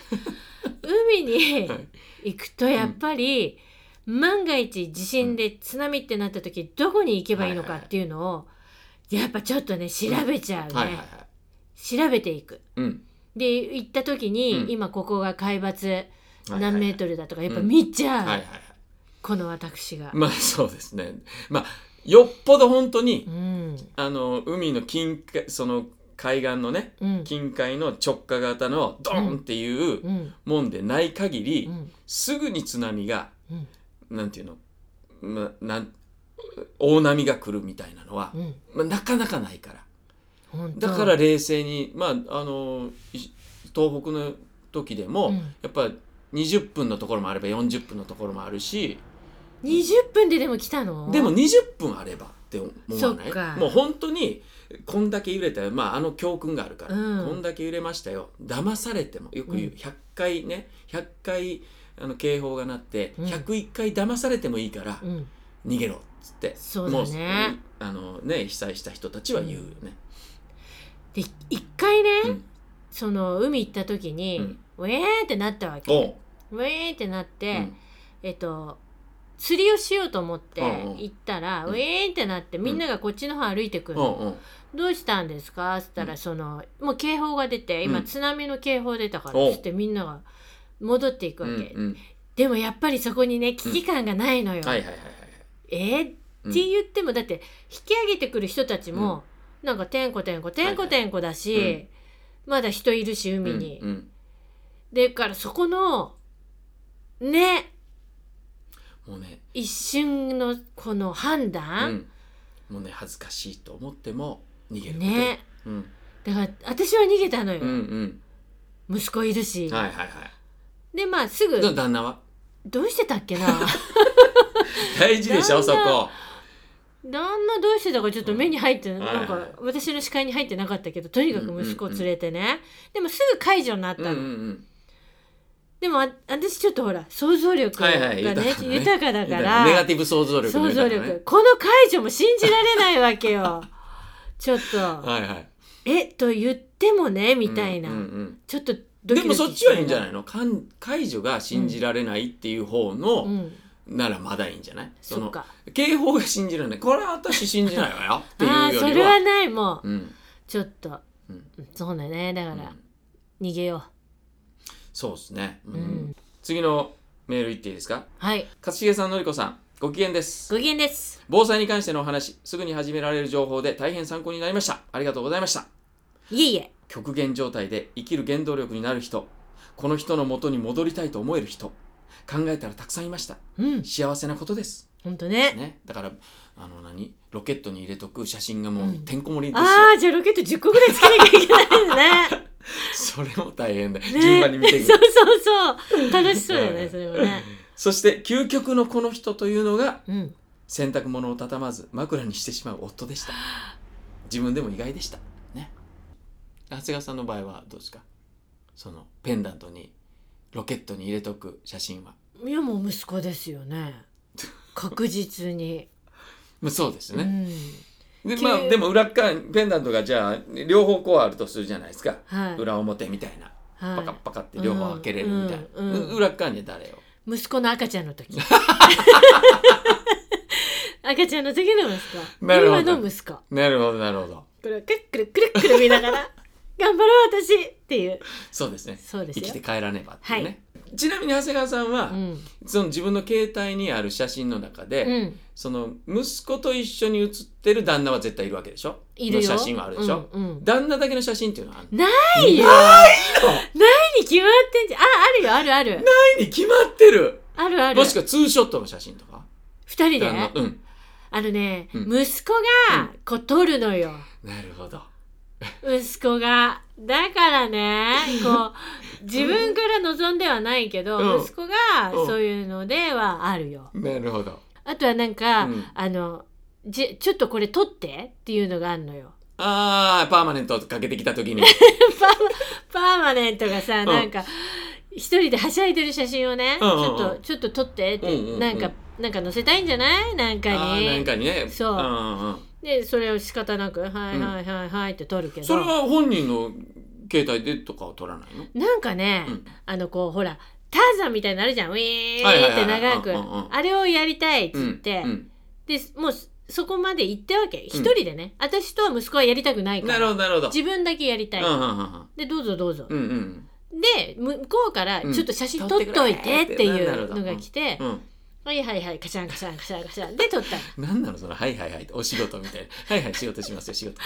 S1: 海に
S2: はい
S1: 行くとやっぱり、万が一地震で津波ってなった時、どこに行けばいいのかっていうのを、やっぱちょっとね調べちゃう
S2: う、
S1: ね、
S2: はいはいはい
S1: 調べていく
S2: うん
S1: で行った時に、
S2: うん
S1: 今ここが海抜
S2: はいはい
S1: 何メートルだとかやっぱ
S2: うん
S1: 見ちゃう、
S2: はいはいはい
S1: この私が、
S2: まあそうですねまあよっぽど本当に、
S1: うん
S2: あの海の近海その海岸のね
S1: うん
S2: 近海の直下型のドーンっていう
S1: うん
S2: もんでない限り、
S1: うん
S2: すぐに津波が
S1: うん
S2: なんていうの、ま、なん大波が来るみたいなのは
S1: う、ん
S2: まあ、なかなかないから
S1: 本当
S2: だから冷静にまああのい東北の時でも、
S1: うん
S2: やっぱ20分のところもあれば40分のところもあるし
S1: 20分ででも来たの
S2: でも20分あればって思
S1: そ
S2: わ
S1: っ
S2: な
S1: か
S2: いもう本当にこんだけ揺れたよ、まあ、あの教訓があるから、
S1: うん
S2: こんだけ揺れましたよ騙されてもよく言う、
S1: うん
S2: 100回ね100回あの警報が鳴って、
S1: うん
S2: 101回騙されてもいいから
S1: うん
S2: 逃げろっつって、
S1: そう
S2: も
S1: だ
S2: う
S1: ね
S2: あのね被災した人たちは言うよね。
S1: で一回ね、
S2: うん
S1: その海行った時に、
S2: うん
S1: ウェーってなったわけ
S2: おう
S1: ウェーってなっ
S2: う
S1: て、
S2: ん
S1: えっと釣りをしようと思って
S2: うんうん
S1: 行ったら、
S2: うん
S1: ウェーってなってみんながこっちの方歩いてくる
S2: お
S1: の、
S2: うおう
S1: どうしたんですか?」っつったら、
S2: うん
S1: そのもう警報が出て今、
S2: うん
S1: 津波の警報出たから
S2: お
S1: っつってみんなが戻っていく
S2: う
S1: わ
S2: ん
S1: け、
S2: うん
S1: でもやっぱりそこにね危機感がないのよ。
S2: はいはいはいはい
S1: えー
S2: うん
S1: って言ってもだって引き上げてくる人たちも、なんかてんこてんこてんこてんこだし、
S2: はいはい
S1: まだ人いるし海に。
S2: うんうん
S1: でからそこのね
S2: もうね、
S1: 一瞬のこの判
S2: う
S1: 断、
S2: ん、もうね恥ずかしいと思っても逃げることに
S1: ね
S2: うん
S1: だから私は逃げたのよ、
S2: うん
S1: 息子いる
S2: う
S1: し、
S2: んはいはいはい
S1: でまあすぐ
S2: だ旦那は
S1: どうしてたっ けな
S2: 大事でしょそ
S1: 旦
S2: こ
S1: 旦那どうしてたかちょっと目に入って、なん
S2: はいはい
S1: か私の視界に入ってなかったけどとにかく息子を連れてね、でもすぐ解除になった
S2: う
S1: の、
S2: んうんうん
S1: でもあ私ちょっとほら想像力がね,、
S2: はいはい豊かなね
S1: 豊かだ
S2: だ
S1: か
S2: から
S1: ら
S2: ネガティブ想像力の
S1: 想像
S2: 豊かなね
S1: 力、この解除も信じられないわけ よちょっと
S2: はいはい
S1: えと言ってもねみたいな、
S2: うんうん
S1: ちょっと
S2: う
S1: ド
S2: ん
S1: キ
S2: で
S1: ドキ
S2: もそっちはいいんじゃないいのかん解除が信じられないっていう方の、
S1: うん、
S2: ならまだいいんじゃない
S1: そっ
S2: の
S1: か
S2: 警報が信じられないこれは私信じないわよってい う
S1: ああー
S2: よりは
S1: それはないもう、
S2: うん
S1: ちょっと、
S2: うん
S1: そうだねだ
S2: う
S1: から、
S2: ん
S1: 逃げよ
S2: そうですね、う
S1: う、うん
S2: ん、次のメールいっていいですか
S1: はい
S2: 勝重さんのりこさんご機嫌です
S1: ご機嫌です
S2: 防災に関してのお話すぐに始められる情報で大変参考になりましたありがとうございました
S1: いえいえ
S2: 極限状態で生きる原動力になる人この人の元に戻りたいと思える人考えたらたくさんいました
S1: うん
S2: 幸せなことです、
S1: ほんとね
S2: ね、だからあの何ロケットに入れとく写真がも
S1: う
S2: うんてんこ盛りですよ、
S1: ああじゃあロケット10個ぐらいつけなきゃいけ ないね
S2: それも大変で、
S1: ね
S2: 順番に見てい
S1: そう
S2: く
S1: そうそう楽しそうだよ
S2: はい
S1: ね
S2: はい
S1: それもね
S2: そして究極のこの人というのが
S1: うん
S2: 洗濯物を畳まず枕にしてしまう夫でした自分でも意外でしたね長谷川さんの場合はどうですかそのペンダントにロケットに入れとく写真は、
S1: いやもう息子ですよ ね確実に、
S2: まあ、そうです
S1: う
S2: ね、
S1: ん
S2: で
S1: 急
S2: まあでも裏っ側にペンダントがじゃあ両方こうあるとするじゃないですか、
S1: はい、
S2: 裏表みたいなパカッ
S1: は
S2: パカって両方開けれるみたいな、
S1: うんうんうん
S2: 裏っ側には誰を
S1: い、息子の赤ちゃんの時 赤ちゃんの時の息子
S2: なるほど
S1: 今の息子こ
S2: なるほどなるほど
S1: れをくるくるくるくる見なが ら頑張ろう私っていう
S2: そうですね
S1: そうです
S2: 生
S1: よ
S2: きて帰らねばっていう
S1: は
S2: ね、ちなみに長谷川さんは、
S1: うん
S2: その自分の携帯にある写真の中で、
S1: うん
S2: その息子と一緒に写ってる旦那は絶対いるわけでしょ
S1: いるよ
S2: の写真はあるでしょ、
S1: うんうん
S2: 旦那だけの写真っていうのはある
S1: ないよ
S2: の
S1: 何決まってんじゃんああるよあるある
S2: ないに決まってる
S1: あるある
S2: もしくはツーショットの写真とか
S1: 二人で
S2: 旦那うん
S1: あのね、
S2: うん
S1: 息子がこう撮るのよ
S2: なるほど
S1: 息子がだから ねこう自分から望んではないけど、
S2: うん
S1: 息子が
S2: うん
S1: そういうのではあるよ。
S2: なるほど
S1: あとはなんか、
S2: うん
S1: あのじちょっとこれ撮ってっていうのがあるのよ。
S2: あーパーマネントかけてき た時に
S1: パーマネントがさ、
S2: ん
S1: なんか一人ではしゃいでる写真をね、
S2: うんうんうん
S1: ちょっとちょっと撮ってって、
S2: うんうんうん
S1: なんかなんか載せたいんじゃないなんか
S2: あ
S1: に。
S2: ーなんかにね
S1: そうん
S2: んうん
S1: でそれを仕方なく「はいはいはいはい」って撮るけど、
S2: それは本人の携帯でとかは撮らないの
S1: なんかね、
S2: うん
S1: あのこうほらターザンみたいになのあるじゃんウィーン
S2: はいはい
S1: っ
S2: は
S1: て
S2: い
S1: 長く
S2: うんうんうん
S1: あれをやりたいっつって、
S2: うん
S1: でもうそこまで行ったわけ一人でね、私とは息子はやりたくないか
S2: な
S1: ら
S2: るほどなるほど
S1: 自分だけやりたい、
S2: うんうんうん
S1: でどうぞどうぞ、
S2: うんうん
S1: で向こうから
S2: うん
S1: ちょっと写真撮っといてっていうのが来て、
S2: うん
S1: はいはいはいカシャンカシャンカシャンカシャンで撮ったの
S2: なんなのそのはいはいはいってお仕事みたいな はいはい仕事しますよ仕事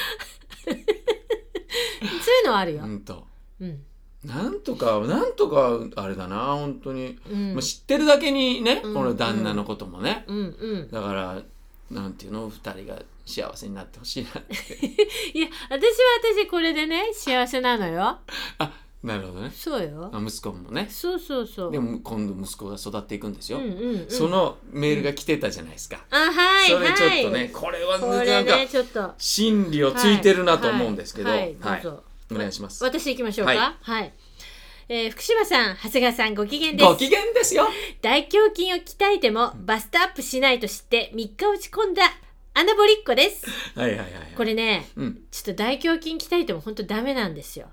S1: そういうのはあるよ
S2: う。んと
S1: うん。
S2: なんとかなんとかあれだな本当に、
S1: うん
S2: まあ、。知ってるだけにね、
S1: うん
S2: この旦那のこともね、
S1: うんうん。
S2: だからなんていうの二人が幸せになってほしいな って
S1: いや、私は私これでね、幸せなのよ。
S2: あなるほどね
S1: そうよ。
S2: あ息子もね
S1: そうそうそう。
S2: でも今度息子が育っていくんです
S1: う
S2: よ、
S1: んうんうん。
S2: そのメールが来てたじゃないですか、
S1: あ、はい。
S2: それちょっとね、
S1: はい。
S2: これは
S1: こ
S2: な
S1: れ
S2: んか
S1: ね、ちょっと。
S2: 心理をついてるなと思うんですけど、
S1: は
S2: はいい、
S1: はい、どうぞ。
S2: お願いします。
S1: 私行きましょうか。はい。えー福島さん、長谷川さん、ご機嫌で
S2: ご
S1: す
S2: 機。嫌ですよ。
S1: 大胸筋を鍛えても、バストアップしないと知って、3日落ち込んだ、アナボリッコです。
S2: はいはいはいはい。
S1: これね、
S2: うん、
S1: ちょっと大胸筋鍛えても本当ダメなんですよ。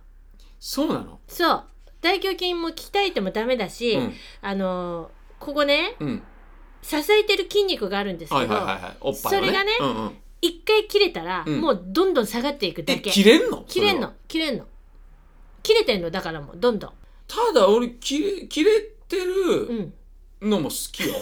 S2: そうなの。
S1: そう大胸筋も鍛えてもダメだし、
S2: うん、
S1: あのーここね
S2: うん、
S1: 支えてる筋肉があるんですけど、
S2: はいはいはいはい。おっぱいのね。
S1: それがね
S2: うんうん、
S1: 一回切れたら、
S2: うん
S1: もうどんどん下がっていくだ
S2: え、
S1: け
S2: 切れんの？
S1: 切れん
S2: そ
S1: の切れんの切れてんのだからもうどんどん
S2: は。ただ俺切れ切れて
S1: う
S2: る
S1: ん
S2: のも好きよ。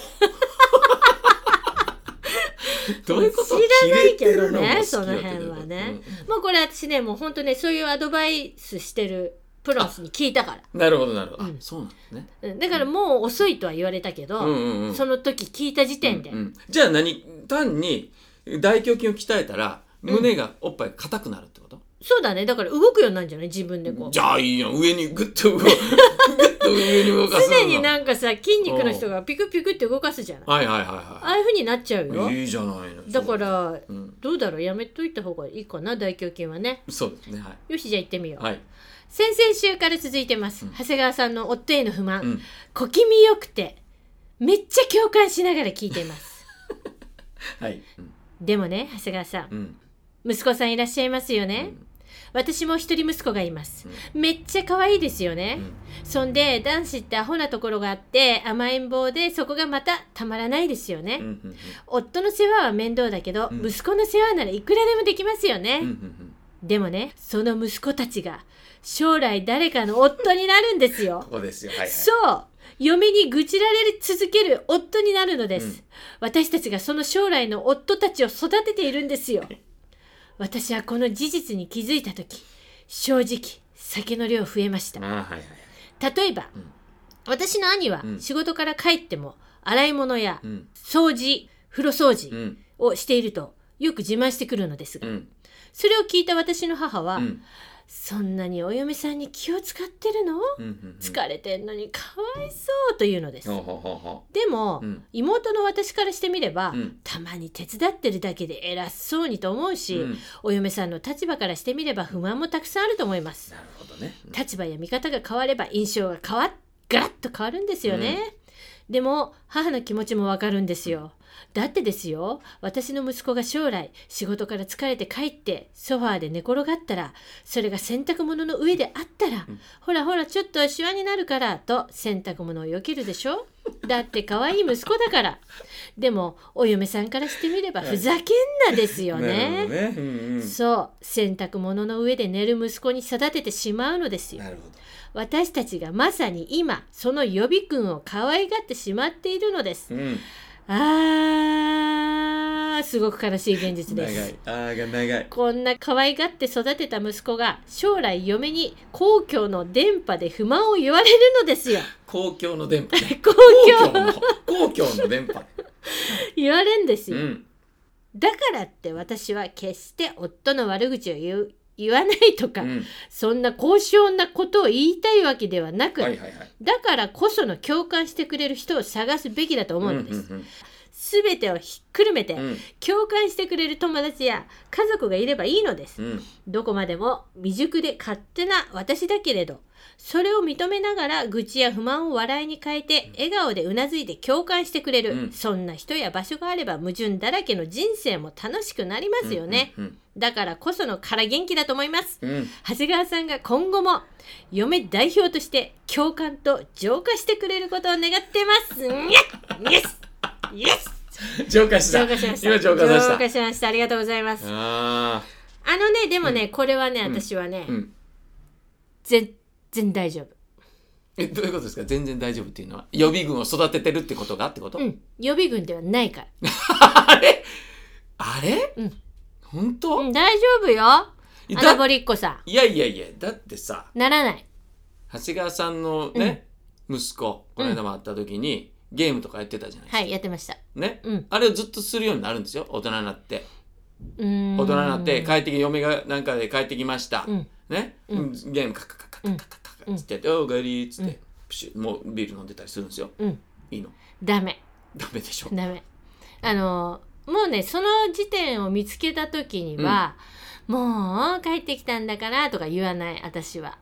S2: どういうこと？
S1: 知らないけどね
S2: 切れてるのも好きよって
S1: その辺はね。
S2: うんうん
S1: もうこれ私ねもう本当ねそういうアドバイスしてるプロスに聞いたか
S2: なるほどなるほど。あ
S1: うん
S2: そうなんですね。
S1: ら、うんだからもう遅いとは言われたけど、
S2: うんうんうん。
S1: その時聞いた時点で、
S2: うんうんじゃあ何単に大胸筋を鍛えたら胸がおっぱいが硬くなるってこと、
S1: そうだねだから動くようになるんじゃない自分でこう
S2: じゃあいいやん上にグッと動グッと上に動かす
S1: 常に
S2: はい
S1: なんかさ筋肉の人がピクピクって動かすじゃない
S2: はいはい
S1: ああ
S2: は
S1: いうふうになっちゃうよ
S2: いいいじゃないの
S1: だから
S2: そう,、ん、
S1: どうだろうやめといた方がいいかな大胸筋はね
S2: そうですねは
S1: よしじゃあ行ってみよう、
S2: い、はい
S1: 先々週から続いてます、
S2: うん
S1: 長谷川さんの夫への不満、
S2: うん、
S1: 小気味よくてめっちゃ共感しながら聞いています
S2: はいうん
S1: でもね長谷川さん
S2: うん
S1: 息子さんいらっしゃいますよね、私も一人息子がいますめっちゃ可愛いですよね、そんで男子ってアホなところがあって甘えん坊でそこがまたたまらないですよね、
S2: うんうんうん
S1: 夫の世話は面倒だけど、
S2: うん
S1: 息子の世話ならいくらでもできますよね、
S2: うんうんうん
S1: でもねその息子たちが将来誰かの夫になるんですよ
S2: ここですよはいはい
S1: そう嫁に愚痴られ続ける夫になるのです、
S2: うん
S1: 私たちがその将来の夫たちを育てているんですよ私はこの事実に気づいた時正直酒の量増えました
S2: ああはいはい
S1: 例えば、
S2: うん
S1: 私の兄は
S2: うん
S1: 仕事から帰っても洗い物や
S2: うん
S1: 掃除風呂掃除、
S2: うん
S1: をしているとよく自慢してくるのです
S2: う
S1: が、
S2: ん
S1: それを聞いた私の母は、
S2: うん
S1: そんなにお嫁さんに気を使ってるの
S2: うんうんうん
S1: 疲れてんのにかわいそうというのです、
S2: ほうほうほうほ
S1: でも、
S2: ううん
S1: 妹の私からしてみれば、
S2: うん
S1: たまに手伝ってるだけで偉そうにと思うし、
S2: うん
S1: お嫁さんの立場からしてみれば不満もたくさんあると思います
S2: なるほどね
S1: 立場や見方が変われば印象が変わっガラッと変わるんですよね、でも母の気持ちもわかるんですよだってですよ私の息子が将来仕事から疲れて帰ってソファーで寝転がったらそれが洗濯物の上であったら、
S2: うん
S1: ほらほらちょっとシワになるからと洗濯物を避けるでしょだって可愛い息子だからでもお嫁さんからしてみればふざけんなですよ
S2: な
S1: ね
S2: るほどねうんうん
S1: そう洗濯物の上で寝る息子に育ててしまうのですよ
S2: なるほど
S1: 私たちがまさに今その予備軍を可愛がってしまっているのです
S2: うん
S1: あーすごく悲しい現実で
S2: 長
S1: す
S2: いああが長い
S1: こんな可愛がって育てた息子が将来嫁に公共の電波で不満を言われるのです よ
S2: 公共の電波 ね
S1: 公共
S2: 公共の公共の電波
S1: 言われるんです
S2: う
S1: よ、
S2: ん
S1: だからって私は決して夫の悪口を言う言わないと
S2: う
S1: か、
S2: ん
S1: そんな高尚なことを言いたいわけではなく、
S2: はいはいはい
S1: だからこその共感してくれる人を探すべきだと思うのです、
S2: うん
S1: すべてをひっくるめて
S2: うんうん
S1: 共感してくれる友達や家族がいればいいのです
S2: うん
S1: どこまでも未熟で勝手な私だけれどそれを認めながら愚痴や不満を笑いに変えて笑顔でうなずいて共感してくれる、
S2: うん
S1: そんな人や場所があれば矛盾だらけの人生も楽しくなりますよね、
S2: うん
S1: だからこそのから元気だと思います
S2: うんうん
S1: 長谷川さんが今後も嫁代表として 共感と浄化してくれることを願ってますにゃっイエスイエス
S2: 浄化した
S1: 浄化しました。
S2: 今浄化しました
S1: 浄化しましたありがとうございます。
S2: あ
S1: あのね、でもね、これはね、
S2: ん
S1: 私はね、
S2: ーうん
S1: 全然大丈夫。
S2: えどういうことですか全然大丈夫っていうのは予備軍を育ててるってことがってこと、
S1: うん。予備軍ではないから。
S2: あれあれ、
S1: うん
S2: 本当、
S1: うん、大丈夫よ。あ
S2: だ
S1: のボリッコさ
S2: いやいやいやだってさ
S1: ん。ならない。
S2: 長谷川さんのね、息子この間も会った時に、ゲームとかやってたじゃないですか、
S1: はい、やってました。
S2: ね
S1: うん。
S2: あれをずっとするようになるんですよ大人になって
S1: うーん
S2: 大人になって帰ってき嫁がなんかで帰ってきました、
S1: うん。
S2: ね、
S1: うん
S2: ゲームカカカカカカカカカっつってやって「おうお帰り」っつって、プシュもうビール飲んでたりするんですよ
S1: うん。
S2: いいの
S1: ダメ。
S2: ダメでしょ
S1: ダメ。あの、もうね、その時点を見つけた時には、もう帰ってきたんだからとか言わない、私は。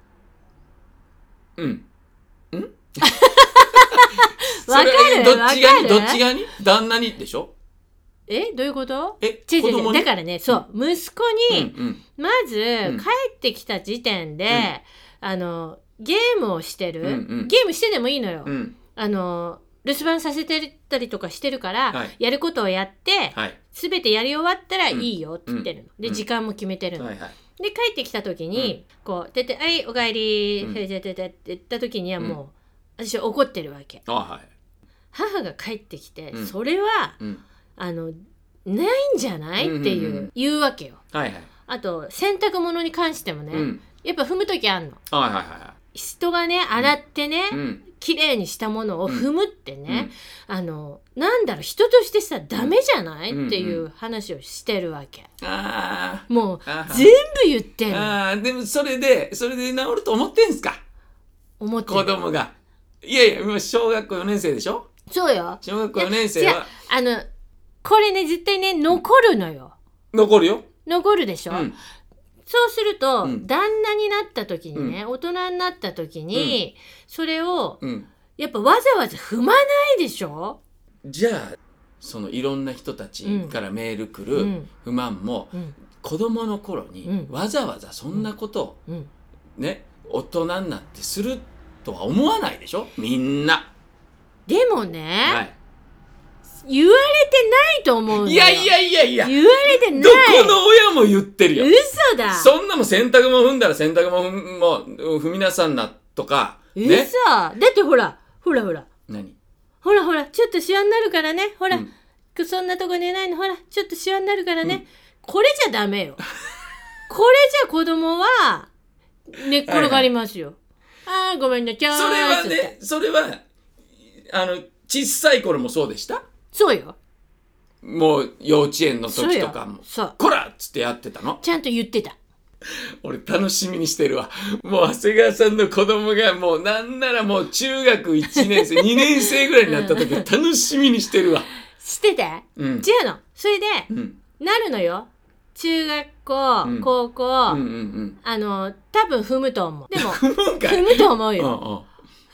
S2: うんうんわ
S1: わかる
S2: どっち側に
S1: わか
S2: ど
S1: る
S2: っち側に旦那にでしょ
S1: えどういうこと
S2: え
S1: 違う違う
S2: 子供に
S1: だからね、そう、息子
S2: うん
S1: に、
S2: うん
S1: まず、
S2: ん
S1: 帰ってきた時点で、あの、ゲームをしてる、
S2: うんうん
S1: ゲームしてでもいいのよ。
S2: うん
S1: あの、留守番させてたりとかしてるから、
S2: はい
S1: やることをやって、
S2: はい
S1: すべてやり終わったらいいよって言ってるの。
S2: う
S1: で、
S2: ん
S1: 時間も決めてるの。
S2: はいはい
S1: で帰ってきた時に、こう出て「はいおかえり」
S2: うん
S1: へじゃててって言った時にはもう、私は怒ってるわけ
S2: あはい
S1: 母が帰ってきて、
S2: うん
S1: それは
S2: うん
S1: あのないんじゃないっていう,、
S2: うんうんうん
S1: 言うわけよ
S2: はいはい
S1: あと洗濯物に関してもね、
S2: うん
S1: やっぱ踏む時あんの
S2: はいはいは
S1: 人がね洗ってね、
S2: いうん
S1: 綺麗にしたものを踏むって
S2: う
S1: ね
S2: ん、
S1: あのなんだろう人としてさダメじゃない、
S2: うん
S1: ってい
S2: んう
S1: う話をしてるわけ
S2: あ
S1: もう
S2: あ
S1: 全部言ってん
S2: ー
S1: の
S2: あーでもそれでそれで治ると思ってんすか
S1: 思って
S2: 子
S1: る
S2: 供がいやいや今小学校4年生でしょ
S1: そうよ
S2: 小学校4年生
S1: じゃ
S2: は
S1: あのこれね絶対ね残るのよ
S2: 残るよ、
S1: 残るでし
S2: う
S1: ょ、
S2: ん、
S1: そうすると、
S2: うん
S1: 旦那になった時にね、大人になった時に、それを
S2: うん、
S1: やっぱわざわざ踏まないでしょ、
S2: じゃあそのいろんな人たちからメール来
S1: う
S2: る
S1: ん
S2: 不満も
S1: うん
S2: 子供の頃に
S1: うん
S2: わざわざそんなこと
S1: うん、
S2: をね大人になってするとは思わないでしょみんな、
S1: でもね、
S2: は
S1: 言われてないと思うのよ
S2: い、いやいやいやいや
S1: 言われてない
S2: どこの親も言ってるよ
S1: 嘘だ
S2: そんなもん洗濯も踏んだら洗濯も踏んもう踏みなさんなとか
S1: 嘘、
S2: ね
S1: だってほらほらほら
S2: 何
S1: ほらほらちょっとシワになるからねほら、
S2: うん
S1: そんなとこ寝ないのほらちょっとシワになるからね、これじゃダメよ これじゃ子供は寝っ転がりますよ、ああーごめんねちゃー
S2: それは
S1: つって
S2: ねそれはあの小さい頃もそうでした
S1: そうよ
S2: もう幼稚園の
S1: そう
S2: 時
S1: よ
S2: とかも
S1: そう
S2: こらっつってやってたの
S1: ちゃんと言ってた
S2: 俺楽しみにしてるわもう長谷川さんの子供がもうなんならもう中学1年 生2年生ぐらいになった時楽しみにしてるわ
S1: してて違
S2: うん
S1: うのそれで
S2: うん
S1: なるのよ中学校、
S2: うん
S1: 高校、
S2: うんうんうん
S1: あの多分踏むと思う でも
S2: 不問か
S1: 踏
S2: い
S1: むと思う
S2: うん
S1: よ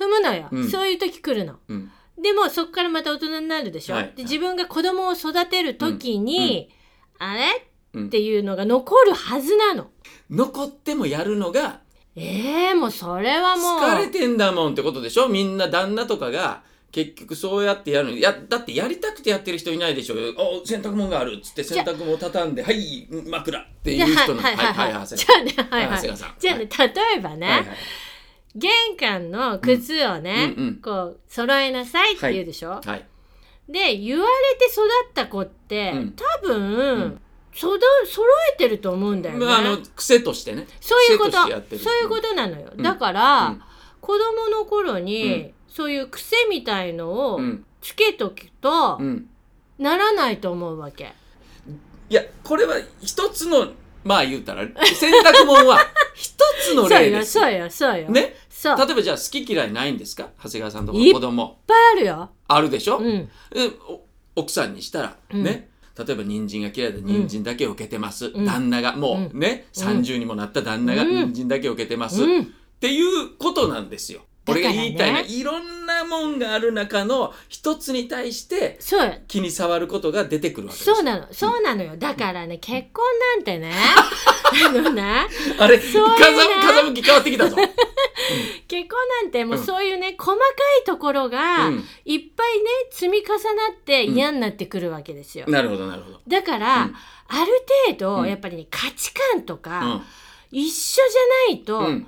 S1: 踏むのよ、
S2: うん
S1: そういう時来るの
S2: うんうん
S1: でもそこからまた大人になるでしょ、
S2: はい
S1: で自分が子供を育てる時に、あれ、
S2: うん
S1: っていうのが残るはずなの。
S2: 残ってもやるのが
S1: えー、もうそれはもう
S2: 疲れてんだもんってことでしょみんな旦那とかが結局そうやってやるのやだってやりたくてやってる人いないでしょお洗濯物があるっつって洗濯物畳んではい枕っていう人の
S1: じゃあはいはいはい
S2: は
S1: はいい
S2: 長
S1: じ
S2: 谷
S1: ゃ
S2: 川
S1: あねはいはい
S2: は長谷
S1: い
S2: 川さん
S1: じゃあね例えばね、
S2: はいはいはい
S1: 玄関の靴をね、
S2: うんうんうん
S1: こう揃えなさいって言うでしょ、
S2: はい
S1: で言われて育った子って、
S2: うん
S1: 多分、
S2: ん
S1: そど揃えてると思うんだよね、
S2: まあ、あの癖としてね
S1: そういうこと
S2: 癖
S1: そう
S2: として
S1: い
S2: やってる
S1: うことなのよ、
S2: うん
S1: だから、
S2: うん
S1: 子供の頃に、
S2: うん
S1: そういう癖みたいのを
S2: うん
S1: つけとくと、
S2: うん
S1: ならないと思うわけ
S2: いやこれは一つのまあ言うたら洗濯物は一つの
S1: そう
S2: 例
S1: よ
S2: です
S1: そうよそうよ、
S2: ね
S1: そういっ
S2: 例えばじゃあ好き嫌いないんですか長谷川さんとか
S1: いっ
S2: 子供
S1: ぱいあるよ、
S2: あるでしょ、
S1: うん、
S2: えお奥さんにしたら、
S1: うん
S2: ね例えば人参が嫌いで人参だけ受けてます、
S1: うん
S2: 旦那がもうね、
S1: うん
S2: 30にもなった旦那が
S1: うん
S2: 人参だけ受けてます、っ
S1: うん、
S2: ていうことなんですよ。
S1: だか
S2: 俺
S1: らね
S2: が言いたいのはいろんなもんがある中の一つに対して
S1: そうよ
S2: 気に触ることが出てくるわけです
S1: そうなのそうなのよだからね結婚 なんてねあのね
S2: あれ
S1: ういうね
S2: 風向風向き変わってきたぞ
S1: 結婚なんてもううんそういうね、細かいところが
S2: うん
S1: いっぱいね積み重なって
S2: うん
S1: 嫌になってくるわけですよ。
S2: なるほどなるほど。
S1: だから、
S2: うん
S1: ある程
S2: う
S1: 度
S2: ん
S1: やっぱりね価値観と
S2: う
S1: か
S2: ん
S1: 一緒じゃないと、
S2: うん、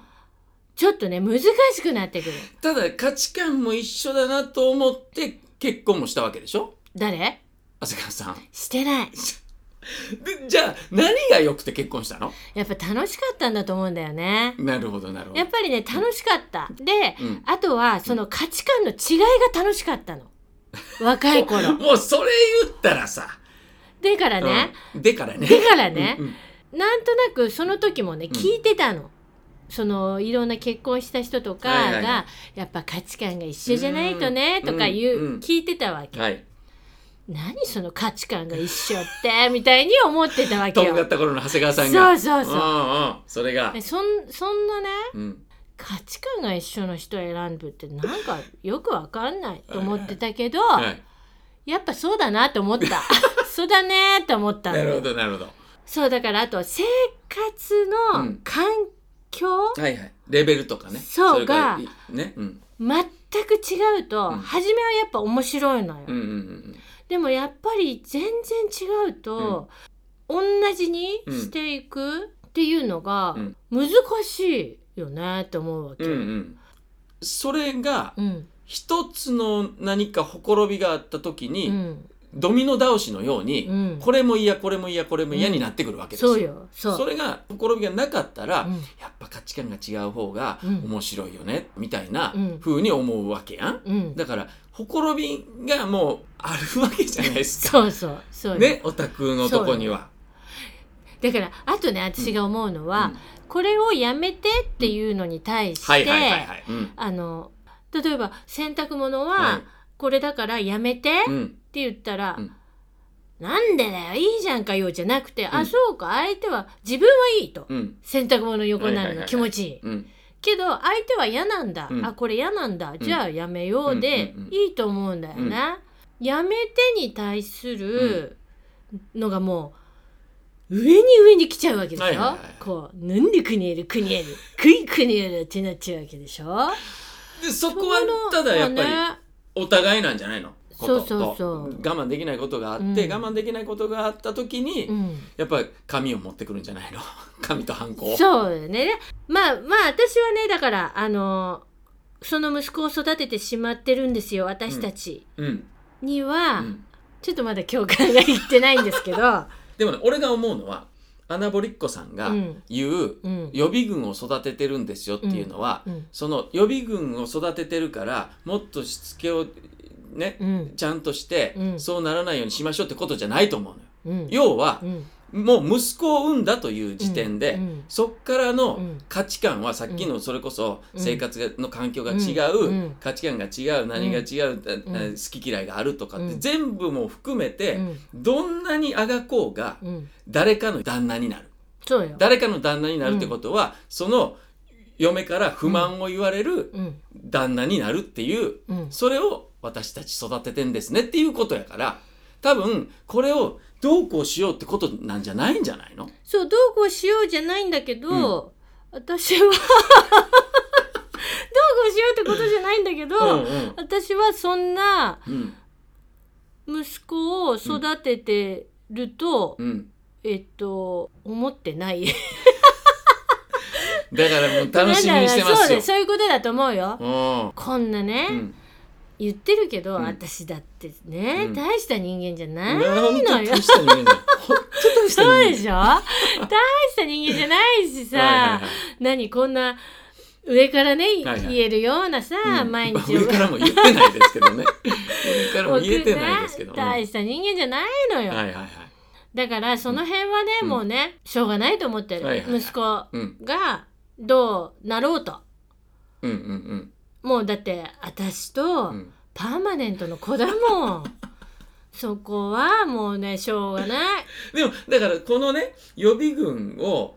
S1: ちょっとね難しくなってくる。
S2: ただ価値観も一緒だなと思って結婚もしたわけでしょ
S1: 誰
S2: 浅川さん。
S1: してない。
S2: でじゃあ何が良くて結婚したの
S1: やっぱ楽しかったんだと思うんだよね。
S2: なるほどなるほど。
S1: やっぱりね楽しかった。で、
S2: うん
S1: あとはその価値観の違いが楽しかったの。若い頃。
S2: もうそれ言ったらさ。
S1: だからね、
S2: うんでからね。
S1: だからね
S2: うんうん
S1: なんとなくその時もね
S2: ん
S1: 聞いてたの。そのいろんな結婚した人とかが、
S2: はいはいは
S1: やっぱ価値観が一緒じゃないとねとか言う、
S2: うんうん
S1: 聞いてたわけ、
S2: はい。
S1: 何その価値観が一緒って みたいに思ってたわけ
S2: とん
S1: よ
S2: がった頃の長谷川さん
S1: そ
S2: が。
S1: うそう
S2: う
S1: そうん
S2: うん。それが
S1: え。そんそんなね
S2: うん。
S1: 価値観が一緒の人を選ぶってなんかよくわかんないと思ってたけど、
S2: はい。
S1: やっぱそうだなと思った そうだねと思ったの
S2: なるほどなるほど。
S1: そうだからあと生活
S2: う
S1: の
S2: ん
S1: 環境、
S2: はいはい。レベルとかね。
S1: そう
S2: れら
S1: が
S2: いね。うん。
S1: 全く違うと、
S2: うん
S1: 初めはやっぱ面白いのよ、
S2: うんうんうん
S1: でもやっぱり全然違うと、同じにしていくっていうのが
S2: うん
S1: 難しいよねと思うわけ、
S2: うん。うんうん。それが
S1: うん
S2: 一つの何かほころびがあった時
S1: う
S2: に、
S1: ん
S2: ドミノ倒しのように、
S1: うん
S2: これも嫌これも嫌これも嫌になってくるわけですよ。
S1: そうよそう
S2: それがほころびがなかったら、
S1: うん
S2: やっぱ価値観が違う方が
S1: うん
S2: 面白いよね、みたいな
S1: うん
S2: 風に思うわけやん。
S1: うん、
S2: だからほころびがもうあるわけじゃないですか。
S1: そうそうそうよ
S2: ねオタクのとこには。
S1: だからあとね私が思うのは、
S2: うん
S1: これをやめてっていうのに対して、
S2: はいはいはいはい。うん
S1: あの例えば洗濯物
S2: は
S1: はいこれだからやめてっ
S2: う
S1: て
S2: ん
S1: 言ったら、
S2: うん
S1: なんでだよいいじゃんかよじゃなくて、
S2: う
S1: あ
S2: ん
S1: そうか相手は自分はいいと、
S2: うん
S1: 洗濯物横にな
S2: はいはい
S1: る
S2: はいは
S1: の
S2: い
S1: 気持ちいい、
S2: うん
S1: けど相手は嫌なんだ、
S2: うん
S1: あこれ嫌なんだじゃあやめようで
S2: うんうんうん
S1: いいと思うんだよね、やめてに対するのがもう上に上に来ちゃうわけでしょ、
S2: はいはいはい
S1: こうなんでくにえるくにえるくいくにえるってなっちゃうわけでしょ
S2: でそこはただやっぱりお互いなんじゃないのこと
S1: そうそうそう
S2: と我慢できないことがあって、
S1: うん
S2: 我慢できないことがあった時に、
S1: りうん
S2: やっぱり紙を持ってくるんじゃないの 紙とハンコを。
S1: そうよねまあまあ私はねだからあのその息子を育ててしまってるんですよ私たち
S2: うん
S1: には、
S2: うん
S1: ちょっとまだ共感がいってないんですけど
S2: でもね俺が思うのはアナボリッコさんが
S1: うん
S2: 言う、
S1: うん
S2: 予備軍を育ててるんですよっていうのは、
S1: うん
S2: その予備軍を育ててるからもっとしつけをね、
S1: うん
S2: ちゃんとして、
S1: うん
S2: そうならないようにしましょうってことじゃないと思うのよ。
S1: うん
S2: 要は
S1: う、ん
S2: もう息子を産んだという時点で、
S1: うん
S2: そっから
S1: う
S2: の
S1: ん
S2: 価値観はさっきのそれこそ
S1: うん
S2: 生活の環境が違う、
S1: うんうん
S2: 価値観が違う何が違う、
S1: ん
S2: ああ好き嫌いがあるとかって、
S1: うん
S2: 全部も含めて、
S1: うん
S2: どんなにあがこうが
S1: うん
S2: 誰かの旦那になる
S1: そうよ
S2: 誰かの旦那になるってことは、その嫁から不満を言われる
S1: うん
S2: 旦那になるっていう
S1: うん
S2: それを私たち育ててんですねっていうことやから多分これをどうこうしようってことなんじゃないんじゃないの
S1: そうどうこうしようじゃないんだけど、私はどうこうしようってことじゃないんだけど、
S2: うんうん
S1: 私はそんな
S2: うん
S1: 息子を育ててると、
S2: うん
S1: えっと思ってない
S2: だからもう楽しみにしてま
S1: なんだろうそう
S2: すよ
S1: だそういうことだと思うよ、
S2: うん
S1: こんなね、
S2: うん
S1: 言ってるけど、
S2: うん
S1: 私だってね、
S2: うん
S1: 大した人間じゃない
S2: 本当
S1: の
S2: に
S1: よ
S2: 大した人間だ本当に大した
S1: そ
S2: 人間
S1: うでしょ大した人間じゃないしさ、
S2: はいはいはい
S1: 何こんな上からね、
S2: はいはい
S1: 言えるようなさ、
S2: うん
S1: 毎
S2: まあ
S1: 日
S2: 上からも言ってないですけどね上からも言えてないですけど、
S1: 僕
S2: うん
S1: な
S2: はい
S1: 大した人間じゃないのよ、
S2: はいはい
S1: だからその辺はね、
S2: うん
S1: もうねしょうがないと思ってる、
S2: はいはいはい
S1: 息子
S2: うん
S1: がどうなろうと
S2: うんうん
S1: もうだって私と
S2: うんうん
S1: パーマネントの子だもん そこはもうねしょうがない
S2: でもだからこのね予備軍を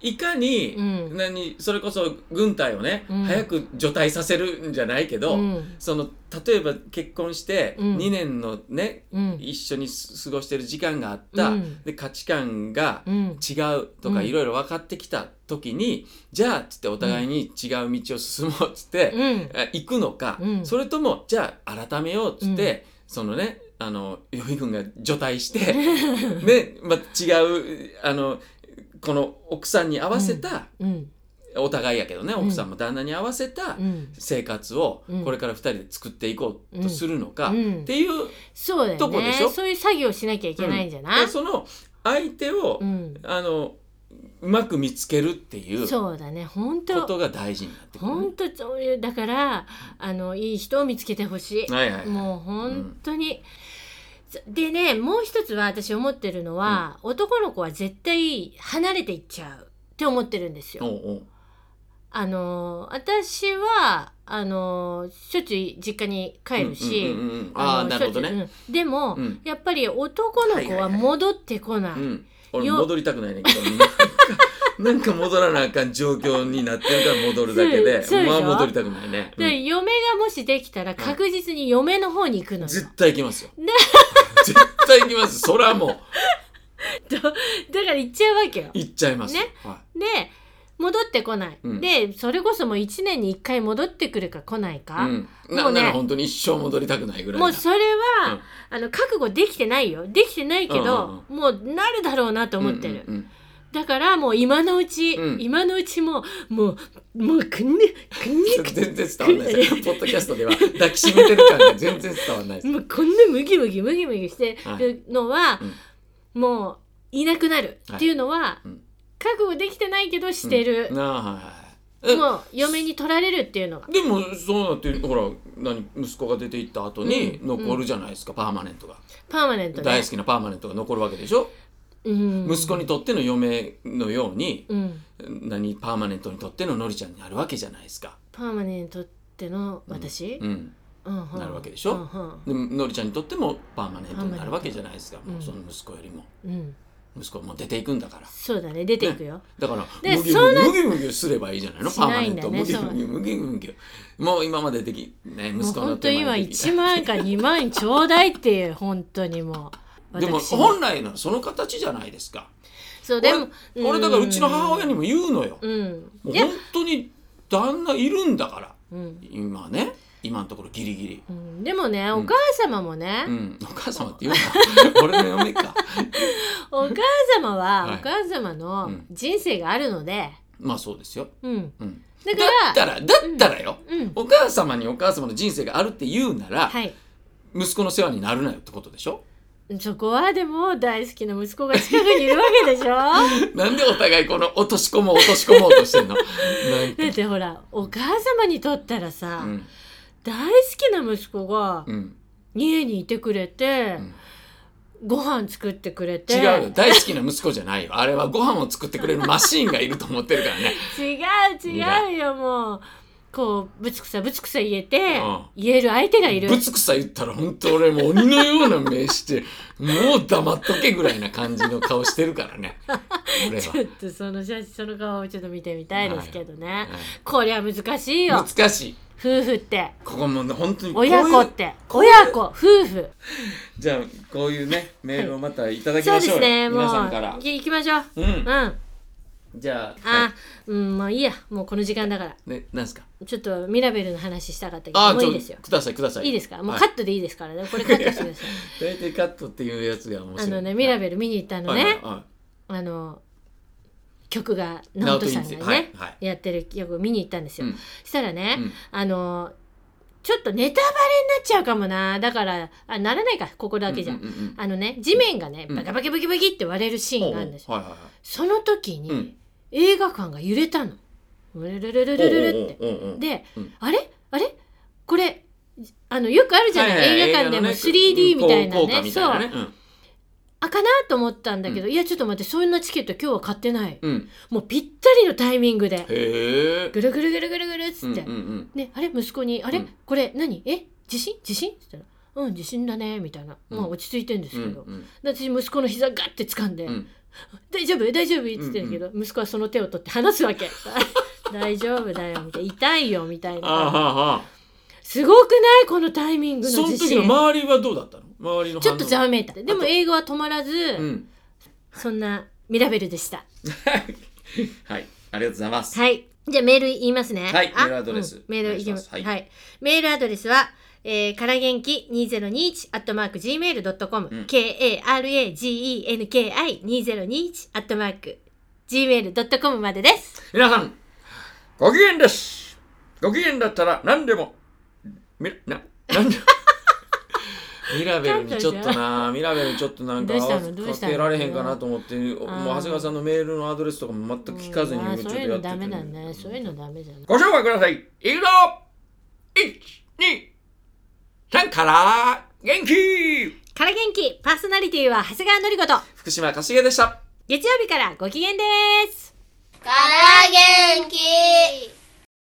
S2: いかに、
S1: うん
S2: 何それこそ軍隊をね、
S1: うん
S2: 早く除隊させるんじゃないけど、
S1: うん
S2: その例えば結婚して
S1: うん
S2: 2年のね、
S1: うん
S2: 一緒にす過ごしてる時間があった、
S1: うん
S2: で価値観が
S1: うん
S2: 違うとか
S1: うん
S2: いろいろ分かってきた時に、じゃあっつってお互いに違う道を進もうっつって、
S1: うん
S2: え行くのか、
S1: うん
S2: それともじゃあ改めようっつって、そのねあの予備軍が除隊して、ねまあ、違うあのこの奥さんに合わせた、
S1: うん
S2: お互いやけどね
S1: うん
S2: 奥さんも旦那に合わせた
S1: うん
S2: 生活を
S1: うん
S2: これから2人で作っていこうとするのか、
S1: う
S2: っ
S1: ん
S2: ていう、
S1: そうだよ
S2: とこでし
S1: ね
S2: ょ
S1: そういう作業しなきゃいけないんじゃない
S2: その相手を、
S1: うん
S2: あのうまく見つけるっていうこ
S1: そうだね本当
S2: とが大事になってくるね、
S1: 本当そういうだからあのいい人を見つけてほしい、
S2: はいはいはい
S1: もう本当に、でねもう一つは私思ってるのは、男の子は絶対離れていっちゃうって思ってるんですよ。
S2: おうおう
S1: あの私はあのしょっちゅう実家に帰るし、
S2: うんうんうんうんああ
S1: の
S2: なるほど
S1: しょ
S2: ね、
S1: っちゅううんでも、
S2: うん
S1: やっぱり男の子は戻ってこない。
S2: うん、俺
S1: よ
S2: 戻りたくないねんけど なんかなんか戻らなあかん状況になってるから戻るだけで
S1: そうそうでし
S2: ま
S1: ょ
S2: あ戻りたくないね、うん
S1: で嫁がもしできたら確実に嫁の方に行くのよ。
S2: 絶対行きますよ 絶対行きますそれはもう
S1: だから行っちゃうわけよ。
S2: 行っちゃいますよ
S1: ね
S2: は
S1: で戻ってこない、
S2: うん
S1: でそれこそもう1年に1回戻ってくるか来ないか、
S2: いう
S1: も
S2: ん、な
S1: うんね
S2: なら本当に一生戻りたくないぐらいな
S1: もうそれは、あの覚悟できてないよできてないけど、もうなるだろうなと思ってる、
S2: うん うん
S1: だからもう今のうち、
S2: うん
S1: 今のうちもうもうもうくんねくんね
S2: うん全然伝わんないですねポッドキャストでは抱きしめてる感が全然伝わんないで す
S1: もうこんなムギムギムギムギしてるのは、もういなくなる、
S2: はい
S1: っていうのは、
S2: うん
S1: 覚悟できてないけどしてる
S2: う、んああはいはいはい
S1: もう嫁に取られるっていうのが
S2: えでもそうなってほら何息子が出て行った後に
S1: うん
S2: 残るじゃないですか、パーマネントが、
S1: パーマネント
S2: 大
S1: ね
S2: 好きなパーマネントが残るわけでしょ、
S1: うん
S2: 息子にとっての嫁のように
S1: うん
S2: 何パーマネントにとってののりちゃんになるわけじゃないですか、
S1: パーマネントっての私、
S2: うん、
S1: うんうん
S2: なるわけでしょ
S1: うん
S2: でのりちゃんにとってもパーマネントになるわけじゃないですか
S1: マネン
S2: もう
S1: ト
S2: その息子よりも
S1: うんうん
S2: 息子も出ていくんだから
S1: そうだね出ていくよ、
S2: だから
S1: で
S2: むぎ
S1: そ
S2: む
S1: んな
S2: ぎむぎむぎすればいいじゃないの
S1: し
S2: パー
S1: ない
S2: マネ
S1: ん
S2: ン
S1: だ
S2: ト
S1: ね
S2: むぎむぎむぎむぎもう今までできね
S1: もう
S2: 息子の
S1: 本当
S2: 手
S1: 今
S2: 前ででき
S1: 1万か2万ちょうだいっていう本当にもう
S2: でも
S1: 私
S2: 本来のその形じゃないですか
S1: そうでも
S2: 俺だからうちの母親に
S1: も
S2: も言うのよ
S1: うん
S2: もう
S1: いや
S2: 本当に旦那いるんだから
S1: うん
S2: 今ね今のところギリギリ
S1: うんでもね
S2: うん
S1: お母様もね、
S2: うんお母様って言うな俺の嫁か
S1: お母様
S2: は
S1: はいお母様の
S2: うん
S1: 人生があるので、
S2: まあそうですよ
S1: うん、
S2: うん
S1: だか
S2: だ
S1: ら
S2: ったらだったらよ
S1: うん
S2: お母様にお母様の人生があるって言うなら
S1: はい
S2: 息子の世話になるなよってことでしょ
S1: そこはでも大好きな息子が近くにいるわけで しょ
S2: なんでお互いこの落とし込もう落とし込もうとしてんのなんか
S1: だってほらお母様にとったらさ、
S2: うん
S1: 大好きな息子が
S2: うん
S1: 家にいてくれて、
S2: ん
S1: ご飯作ってくれて
S2: 違うよ大好きな息子じゃないよあれはご飯を作ってくれるマシーンがいると思ってるからね
S1: 違う違うよもうこうぶつくさぶつくさ言えて、
S2: うん
S1: 言える相手がいる
S2: ぶつくさ言ったら本当俺もう鬼のような目してもう黙っとけぐらいな感じの顔してるからね 俺
S1: ち
S2: は
S1: ょっとその写真その顔をちょっと見てみたいですけどね、
S2: う
S1: こりゃ難しいよ
S2: ん難しい
S1: 夫婦って
S2: ここもね本当にこういう
S1: 親子って
S2: こういう
S1: 親子夫婦
S2: じゃあこういうねメールをまたいただき
S1: そう
S2: ま
S1: で
S2: しょう
S1: す
S2: よ
S1: ねもう
S2: 皆さんから
S1: い行きましょう
S2: うん
S1: うんあ
S2: じゃあは
S1: ーうんもういいやもうこの時間だから
S2: いねなんですか
S1: ちょっとミラベルの話したかったけ
S2: あ
S1: ども
S2: あ
S1: う
S2: ち
S1: いい
S2: ょ
S1: ですよ
S2: くださいください
S1: いいですかもう
S2: はい
S1: カットでいいですからねこれカットしてください
S2: 大体カットっていうやつが面
S1: あ
S2: 白
S1: の
S2: い
S1: ねミラベル見に行ったの
S2: はい
S1: ね
S2: はいは
S1: あの曲が直人さん
S2: 直人
S1: が
S2: さん
S1: ね
S2: はいはい
S1: やってる曲見に行ったんですよ
S2: うん
S1: したらね
S2: うん
S1: あのちょっとネタバレになっちゃうかもなだからあならないかここだ
S2: い
S1: けじゃん
S2: うんうんうん
S1: あのね地面がね
S2: うん
S1: バカバキバキバキって割れるシーンがあるんですよ
S2: はいはいはい
S1: その時に、
S2: うん
S1: 映画館が揺れたの。ルルルルルルルって。
S2: おうおうおうおう
S1: で、
S2: うん
S1: あれあれこれあのよくあるじゃない、
S2: はいはい
S1: 映画館でも
S2: 映画のね
S1: 3D みたいな
S2: こう
S1: ね
S2: 効果みた
S1: そ
S2: いうなねうん
S1: あかなと思ったんだけど、いやちょっと待ってそんなチケット今日は買ってない、
S2: うん
S1: もうぴったりのタイミングで
S2: へえ
S1: ぐるぐるぐるぐるぐるっつって、
S2: うんうんうん
S1: ね、あれ息子に「あれ、
S2: うん
S1: これ何え地震地震?」って言ったら「うん地震だね」みたいな、
S2: うん
S1: まあ落ち着いてんです
S2: う
S1: け
S2: ん
S1: ど、で私息子の膝ガッて掴んで「
S2: うん
S1: 大丈夫大丈夫って言ってるけど、息子はその手を取って離すわけ 大丈夫だよみたいな痛いよみたい
S2: ああ
S1: な
S2: はあ
S1: すごくないこのタイミング
S2: そ
S1: の
S2: の
S1: 自
S2: 時の
S1: 信
S2: 周りはどうだったの周りの
S1: ち
S2: 反
S1: ょ
S2: 応
S1: っとざわめいたでも英語は止まらず、
S2: うん
S1: そんなミラベルでした
S2: はいありがとうございます
S1: はいじゃあメール言いますね
S2: はい
S1: あ
S2: メールアドレス
S1: うんメールいきます
S2: お
S1: は
S2: 願
S1: い、
S2: いしますは
S1: メールアドレスはえー、から元気2021アットマーク Gmail.com、
S2: うん
S1: KARAGENKI2021 アットマーク Gmail.com までです
S2: 皆さんご機嫌ですご機嫌だったら何でもみな何でもミラベルにちょっとなミラベルにちょっとなんか
S1: どう
S2: 合
S1: した
S2: わ
S1: の
S2: せ
S1: どうし
S2: か
S1: たの
S2: けられへんかなと思ってもう
S1: ー
S2: 長谷川さんのメールのアドレスとかも全く聞かずに
S1: うんあ
S2: も
S1: ー
S2: うちょっ
S1: そ
S2: と
S1: ういう
S2: やっ
S1: の
S2: てて
S1: ダメだねそういうのダメじゃない
S2: ご紹介くださいいくぞ123から元気
S1: から元気パーソナリティは長谷川のりこと
S2: 福島かしげでした
S1: 月曜日からご機嫌です
S3: から元気